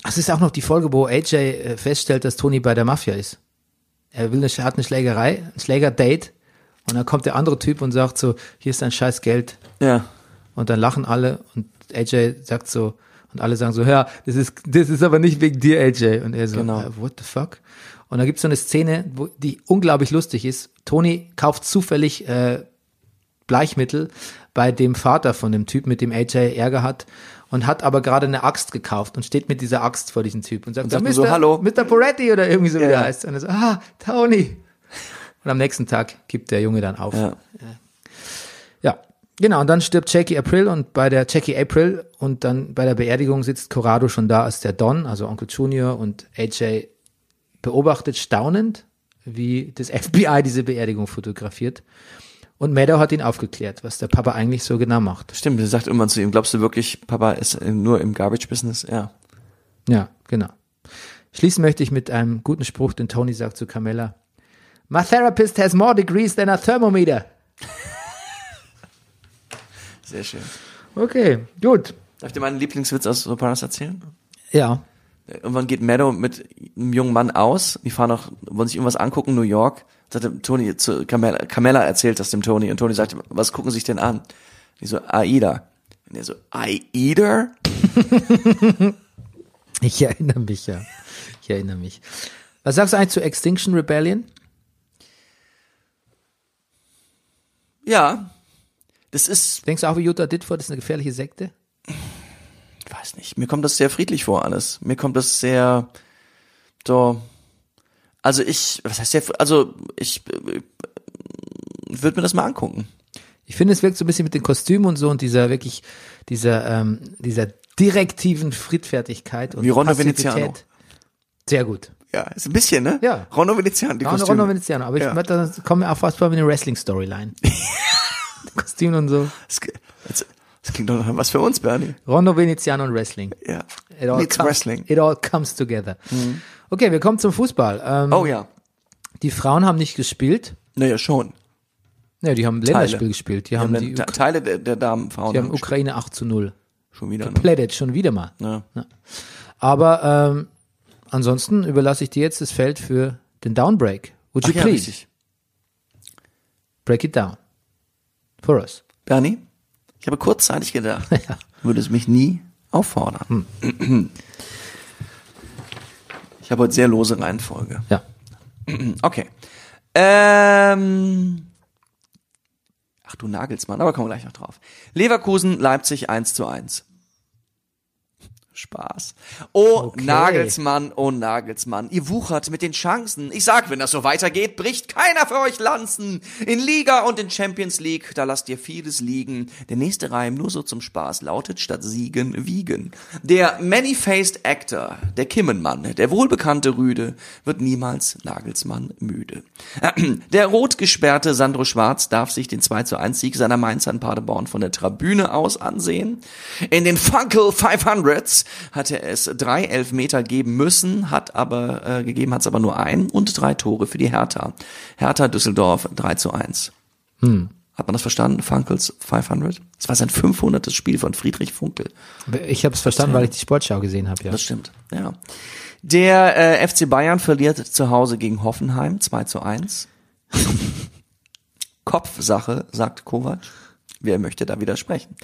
ach, es ist auch noch die Folge, wo AJ äh, feststellt, dass Toni bei der Mafia ist. Er will eine, Sch- hat eine Schlägerei, ein Schlägerdate und dann kommt der andere Typ und sagt so, hier ist dein scheiß Geld,
Ja.
Und dann lachen alle und AJ sagt so, und alle sagen so, ja, das ist, das ist aber nicht wegen dir, AJ. Und er so,
Genau.
äh, what the fuck? Und dann gibt's so eine Szene, wo, die unglaublich lustig ist. Tony kauft zufällig äh, Bleichmittel bei dem Vater von dem Typ, mit dem AJ Ärger hat und hat aber gerade eine Axt gekauft und steht mit dieser Axt vor diesem Typ und sagt,
Und sagt
"Ah,
nur
Mr.
so, "Hallo."
Mr. Poretti oder irgendwie so wie der
Ja.
heißt. Und er so, ah, Tony. Und am nächsten Tag gibt der Junge dann auf.
Ja.
Ja, genau. Und dann stirbt Jackie April und bei der Jackie April und dann bei der Beerdigung sitzt Corrado schon da als der Don, also Onkel Junior und AJ beobachtet staunend, wie das FBI diese Beerdigung fotografiert. Und Meadow hat ihn aufgeklärt, was der Papa eigentlich so genau macht.
Stimmt, sie sagt irgendwann zu ihm, glaubst du wirklich, Papa ist äh, nur im Garbage-Business? Ja.
Ja, genau. Schließen möchte ich mit einem guten Spruch, den Tony sagt zu Carmella. My therapist has more degrees than a thermometer.
Sehr schön.
Okay, gut.
Darf ich dir meinen Lieblingswitz aus Sopranos erzählen? Äh,
Ja,
Irgendwann geht Meadow mit einem jungen Mann aus. Die fahren noch, wollen sich irgendwas angucken, New York. Sagt dem Tony zu Carmella, Carmella erzählt das dem Tony. Und Tony sagt, was gucken sie sich denn an? Die so, Aida. Und er so, Aida?
Ich erinnere mich, ja. Ich erinnere mich. Was sagst du eigentlich zu Extinction Rebellion?
Ja. Das ist,
Denkst du auch wie Jutta Ditford ist eine gefährliche Sekte?
ich weiß nicht, mir kommt das sehr friedlich vor alles. Mir kommt das sehr, so, also ich, was heißt sehr, fr- also ich, äh, würde mir das mal angucken.
Ich finde, es wirkt so ein bisschen mit den Kostümen und so und dieser wirklich, dieser, ähm, dieser direktiven Friedfertigkeit und
Wie Rondo
Passivität.
Veneziano.
Sehr gut.
Ja, ist ein bisschen, ne?
Ja.
Rondo Veneziano, die
Ja, und
Kostüme.
Rondo Veneziano. Aber ich
Ja.
ja. das kommen wir auch fast mal mit einer Wrestling-Storyline. Kostüme und so.
Das, ge- das, das klingt doch nach was für uns, Bernie.
Rondo Veneziano und Wrestling.
Ja.
It all,
Meets
comes,
Wrestling. Mhm.
it all comes together. Okay, wir kommen zum Fußball. Ähm,
Oh ja.
Die Frauen haben nicht gespielt.
Naja, schon.
Ja, die haben Länderspiel gespielt. Die, haben,
Haben
die,
Te-
Ukra-
Teile der, der Damen, Frauen
die haben
gespielt.
Ukraine 8 zu 0.
schon wieder. Ne?
Plättet schon wieder mal.
Ja.
Aber ähm, ansonsten überlasse ich dir jetzt das Feld für den Downbreak. Would
Ach
you
ja,
please
richtig.
break it down for us?
Bernie, ich habe kurzzeitig gedacht, würde es mich nie auffordern. Ich habe heute sehr lose Reihenfolge.
Ja.
Okay. Ähm, ach du Nagelsmann, aber kommen wir gleich noch drauf. Leverkusen, Leipzig 1 zu 1. Spaß. Oh,
Okay.
Nagelsmann, oh Nagelsmann, ihr wuchert mit den Chancen. Ich sag, wenn das so weitergeht, bricht keiner für euch Lanzen. In Liga und in Champions League, da lasst ihr vieles liegen. Der nächste Reim, nur so zum Spaß, lautet statt Siegen, Wiegen. Der Many-Faced Actor, der Kimmenmann, der wohlbekannte Rüde, wird niemals Nagelsmann müde. Der rot gesperrte Sandro Schwarz darf sich den 2 zu 1 Sieg seiner Mainzer in Paderborn von der Tribüne aus ansehen. In den Funkel 500s hatte es drei Elfmeter geben müssen, hat aber, äh, gegeben hat es aber nur ein und drei Tore für die Hertha. Hertha Düsseldorf 3 zu 1. Hat man das verstanden? Funkels 500? Das war sein 500. Spiel von Friedrich Funkel.
Ich habe es verstanden, weil ich die Sportschau gesehen habe, ja.
Das stimmt, ja. Der äh, FC Bayern verliert zu Hause gegen Hoffenheim 2 zu 1. Kopfsache, sagt Kovac. Wer möchte da widersprechen?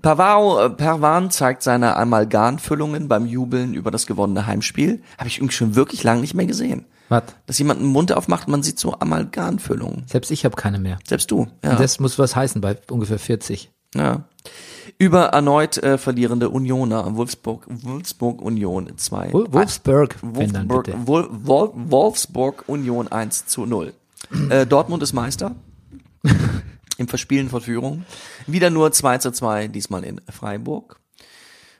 Pavao, äh, Perwan zeigt seine Amalgamfüllungen beim Jubeln über das gewonnene Heimspiel. Habe ich irgendwie schon wirklich lange nicht mehr gesehen.
Was?
Dass jemand einen Mund aufmacht, man sieht so Amalgamfüllungen.
Selbst ich habe keine mehr.
Selbst du. Ja.
Das muss was heißen bei ungefähr 40.
Ja. Über erneut äh, verlierende Unioner, Wolfsburg, Wolfsburg Union 2.
Wol- Wolfsburg, wenn dann
Wolfsburg,
bitte.
Wol, Wol, Wolfsburg Union 1 zu 0. Äh, Dortmund ist Meister. Im Verspielen von Führung. Wieder nur 2 zu 2, diesmal in Freiburg.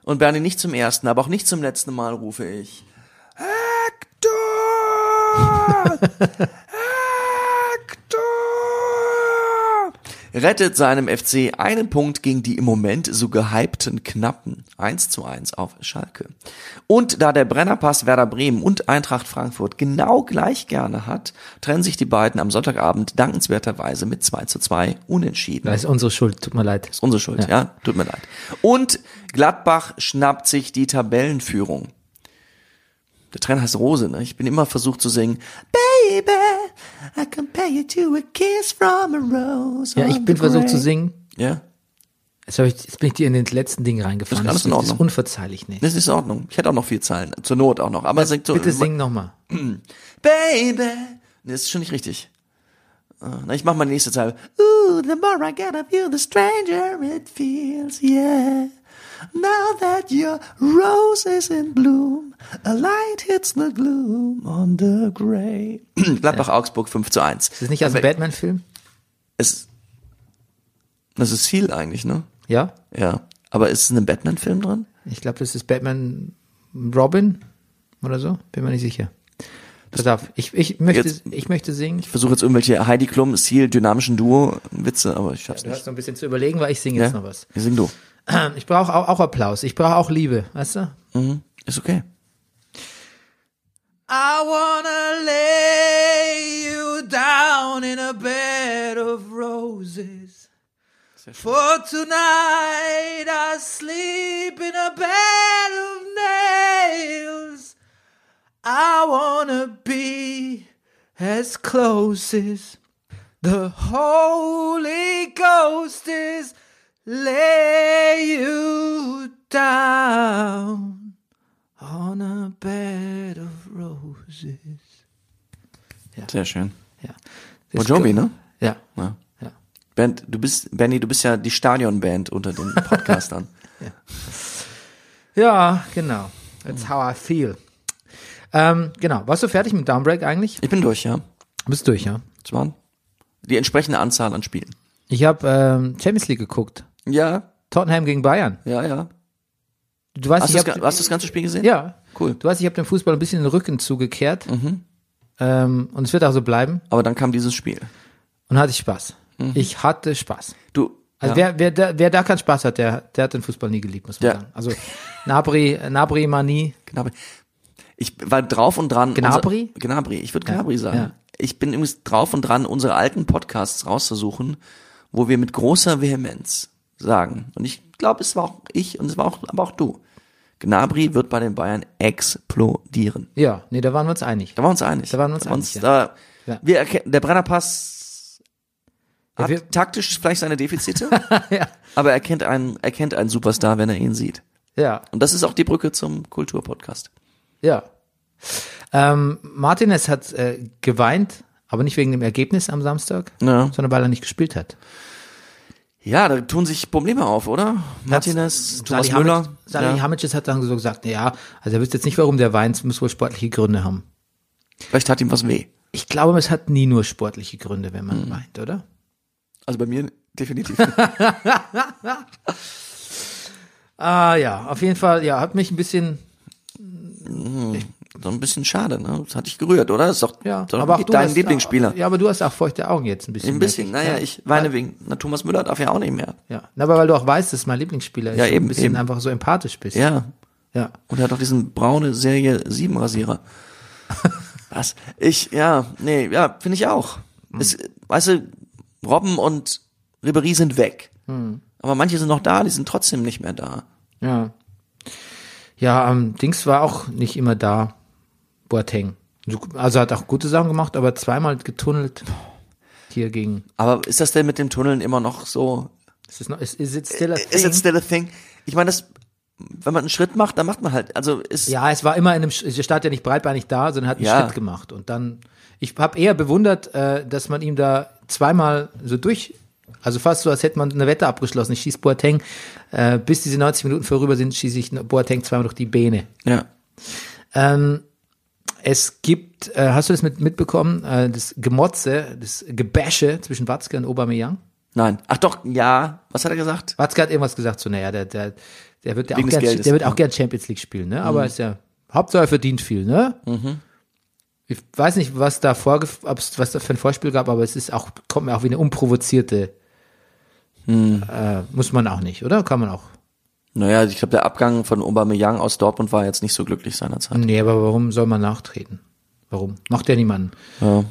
Und Bernie, nicht zum ersten, aber auch nicht zum letzten Mal rufe ich. Hector! Hector! Rettet seinem FC einen Punkt gegen die im Moment so gehypten Knappen. 1 zu 1 auf Schalke. Und da der Brennerpass Werder Bremen und Eintracht Frankfurt genau gleich gerne hat, trennen sich die beiden am Sonntagabend dankenswerterweise mit 2 zu 2 unentschieden.
Das ist unsere Schuld, tut mir leid.
Ist unsere Schuld, ja. Tut mir leid. Und Gladbach schnappt sich die Tabellenführung. Der Trainer heißt Rose, ne? Ich bin immer versucht zu singen. Baby, I compare you to a kiss from a rose.
Ja, ich
on
bin
the
versucht
grave."
zu singen.
Ja.
Jetzt, hab ich, jetzt bin ich dir in den letzten Ding reingefallen.
Ist alles in
das ist
Ordnern.
unverzeihlich nicht.
Das ist in Ordnung. Ich hätte auch noch vier Zeilen. Zur Not auch noch. Aber sing so.
Bitte sing nochmal.
Baby. Nee, das ist schon nicht richtig. Äh, Na, ich mach mal die nächste Zeile. Ooh, the more I get of you, the stranger it feels, yeah. Now that your rose is in bloom, a light hits the gloom on the gray. Gladbach-Augsburg 5 zu 1.
Ist das nicht aus dem Batman-Film?
Es, das ist viel eigentlich, ne?
Ja?
Ja. Aber ist es in einem Batman-Film drin?
Ich glaube, das ist Batman Robin oder so. Bin mir nicht sicher. Pass auf, ich, ich, möchte,
Jetzt-
ich möchte singen.
Ich versuche jetzt irgendwelche Heidi Klum, Seal, dynamischen Duo-Witze, aber ich schaff's
Du hast
nicht.
noch ein bisschen zu überlegen, weil ich singe jetzt
Ja?
noch was.
Sing du.
Ich brauche auch, auch Applaus. Ich brauche auch Liebe, weißt du?
Mhm. Ist okay.
I wanna lay you down in a bed of roses. For tonight I sleep in a bed of nails. I wanna be as close as the Holy Ghost is. Lay you down on a bed of roses.
Sehr schön.
Ja.
Bon Jovi, ne?
Ja.
Ja.
Ja.
Bernd, du bist, Benny, du bist ja die Stadionband unter den Podcastern.
Ja, genau. That's how I feel. Ähm, genau. Warst du fertig mit Downbreak eigentlich?
ich bin durch, ja.
Bist durch, ja.
Das waren die entsprechende Anzahl an Spielen.
Ich habe ähm, Champions League geguckt.
Ja,
Tottenham gegen Bayern.
ja, ja.
Du weißt,
Hast,
ich
du, das,
hab,
ga- hast du das ganze Spiel gesehen?
ja.
Cool. Mhm.
Du weißt, ich habe dem Fußball ein bisschen den Rücken zugekehrt. Ähm, und es wird auch so bleiben.
Aber dann kam dieses Spiel.
Und hatte ich Spaß. Ich hatte Spaß.
Du,
Also
Mhm. ja,
wer, wer, da, wer da keinen Spaß hat, der, der hat den Fußball nie geliebt, muss man
Ja.
sagen. Also Nabri, Nabri Mani,
Gnabry. Ich war drauf und dran.
Gnabry?
Unser, Gnabry, ich würde Gnabry sagen.
ja.
Ich bin übrigens drauf und dran, unsere alten Podcasts rauszusuchen, wo wir mit großer Vehemenz sagen. Und ich glaube, es war auch ich und es war auch, aber auch du. Gnabry wird bei den Bayern explodieren.
ja, nee, da waren wir uns einig.
Da waren wir uns einig.
Da waren wir uns einig,
Da,
Ja.
wir erkennen, der Brennerpass
Ja,
hat
wir-
taktisch vielleicht seine Defizite,
Ja.
aber er kennt einen, er kennt einen Superstar, wenn er ihn sieht.
Ja,
Und das ist auch die Brücke zum Kulturpodcast.
ja. Ähm, Martinez hat äh, geweint, aber nicht wegen dem Ergebnis am Samstag,
Ja.
sondern weil er nicht gespielt hat.
Ja, da tun sich Probleme auf, oder? Martinez, Thomas
Salih
Müller.
Hamid- Salih
ja.
Hamicic hat dann so gesagt, ja, also er wüsste jetzt nicht, warum der weint, es muss wohl sportliche Gründe haben.
Vielleicht hat ihm was weh.
Ich glaube, es hat nie nur sportliche Gründe, wenn
Hm.
man weint, oder?
Also bei mir definitiv.
Ah ja, auf jeden Fall, ja, hat mich ein bisschen,
so ein bisschen schade, ne? Das hat dich gerührt, oder? Das ist doch,
ja,
doch aber auch
du
dein
hast-
Lieblingsspieler.
Ja, aber du hast auch feuchte Augen jetzt ein bisschen.
Ein bisschen,
merke ich.
naja, ich weine wegen. Na, Thomas Müller darf ja auch nicht mehr.
Ja, Na, aber weil du auch weißt, dass mein Lieblingsspieler ist,
Ja,
und
eben,
ein bisschen
eben.
einfach so empathisch bist.
Ja.
ja.
Und er hat auch diesen braune Serie 7 Rasierer. was? Ich, ja, nee, ja, finde ich auch.
Hm.
Es, weißt du, Robben und Ribéry sind weg.
Hm.
Aber manche sind noch da, die sind trotzdem nicht mehr da.
Ja. Ja, ähm, Dings war auch nicht immer da. Boateng. So- Also hat auch gute Sachen gemacht, aber zweimal getunnelt. Hier gegen.
Aber ist das denn mit den Tunneln immer noch so
Ist es noch, ist, ist it still a thing?
Is it still a thing? Ich meine, das, wenn man einen Schritt macht, dann macht man halt, also ist,
ja, es war immer in einem, Sch- es stand ja nicht breitbeinig da, sondern hat einen
Ja.
Schritt gemacht. Und dann, ich habe eher bewundert, äh, dass man ihm da zweimal so durch, also fast so, als hätte man eine Wette abgeschlossen. Ich schieß Boateng, äh, bis diese 90 Minuten vorüber sind, schieße ich Boateng zweimal durch die Beine.
ja.
Ähm, es gibt, äh, hast du das mit, mitbekommen, äh, das Gemotze, das Gebäsche zwischen Watzke und Aubameyang?
Nein. Ach doch, ja. Was hat er gesagt?
Watzke hat irgendwas gesagt zu, naja, der, der, der wird ja auch
Wegen des
gern,
Geldes. Mhm.
der wird auch gern Champions League spielen, ne? Aber ist ja, Hauptsache er verdient viel, ne? Ich weiß nicht, was da vorge, ob's, was da für ein Vorspiel gab, aber es ist auch, kommt mir auch wie eine unprovozierte,
Mhm.
äh, muss man auch nicht, oder? Kann man auch.
Naja, ich glaube, der Abgang von Aubameyang aus Dortmund war jetzt nicht so glücklich seinerzeit.
Nee, aber warum soll man nachtreten? Warum? Macht ja niemanden,
Ja.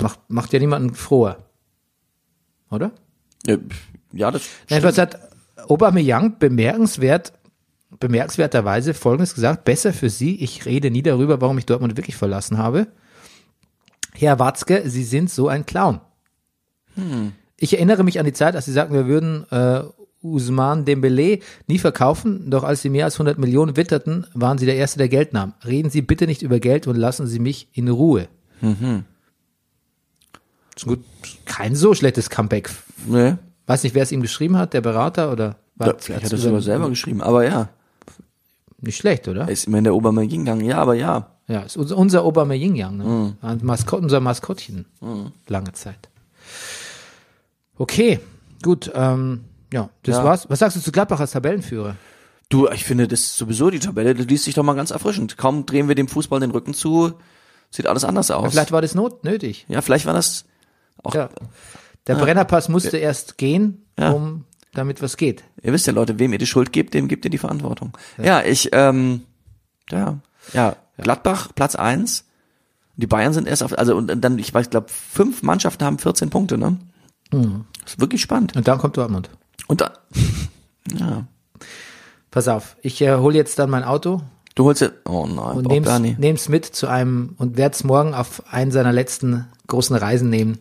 macht, macht ja niemanden froher. Oder?
Ja, pf, Ja, das
Jedenfalls hat Aubameyang bemerkenswert, bemerkenswerterweise Folgendes gesagt, besser für Sie, ich rede nie darüber, warum ich Dortmund wirklich verlassen habe. Herr Watzke, Sie sind so ein Clown. Ich erinnere mich an die Zeit, als Sie sagten, wir würden äh, Usman Dembele nie verkaufen, doch als sie mehr als 100 Millionen witterten, waren sie der Erste, der Geld nahm. Reden Sie bitte nicht über Geld und lassen Sie mich in Ruhe. Ist gut. Kein so schlechtes Comeback.
Ne?
Weiß nicht, wer es ihm geschrieben hat, der Berater oder?
Ja,
war-
vielleicht hat er es sogar selber geschrieben, aber ja.
Nicht schlecht, oder?
Er ist immerhin der Obermeier gegangen. Ja, aber ja.
Ja, ist unser, unser Obama Yin Yang, ne?
Mhm.
Ein Maskott, unser Maskottchen. Lange Zeit. Okay, gut. Ähm, ja, das
Ja.
war's. Was sagst du zu Gladbach als Tabellenführer?
Du, ich finde, das ist sowieso die Tabelle, die liest sich doch mal ganz erfrischend. Kaum drehen wir dem Fußball den Rücken zu, sieht alles anders aus.
Vielleicht war das not nötig.
ja, vielleicht war das auch,
Ja. Der Brennerpass musste erst gehen,
Ja.
um damit was geht.
ihr wisst ja Leute, wem ihr die Schuld gebt, dem gebt ihr die Verantwortung. Ja, ich, ähm, ja, ja, Gladbach, Platz eins. Die Bayern sind erst auf, also, und dann, ich weiß, glaube, fünf Mannschaften haben 14 Punkte, ne? Ist wirklich spannend.
Und dann kommt Dortmund.
Und da, ja,
Pass auf, ich äh, hole jetzt dann mein Auto
du holst ja, oh nein,
und
Bob Dani.
nehm's, nehm's mit zu einem und werd's morgen auf einen seiner letzten großen Reisen nehmen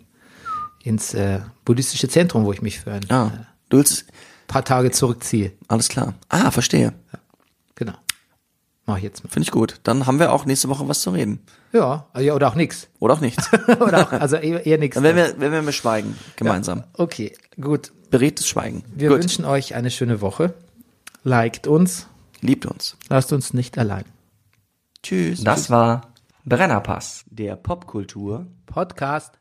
ins äh, buddhistische Zentrum, wo ich mich für ein
Ja, du willst,
paar Tage zurückziehe.
alles klar. Ah, verstehe.
Genau. Mach ich jetzt mal.
Finde ich gut. Dann haben wir auch nächste Woche was zu reden.
Ja, ja oder auch nichts.
Oder auch nichts.
Oder auch, also eher, eher nichts.
Dann werden wir, werden wir mal schweigen. Gemeinsam.
Okay, gut.
Beredtes Schweigen.
Wir
gut.
wünschen euch eine schöne Woche. Liked uns.
Liebt uns.
Lasst uns nicht allein.
Tschüss.
Das war Brennerpass.
der Popkultur.
Podcast.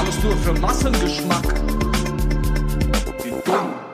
Alles nur für Massengeschmack. Wie dumm.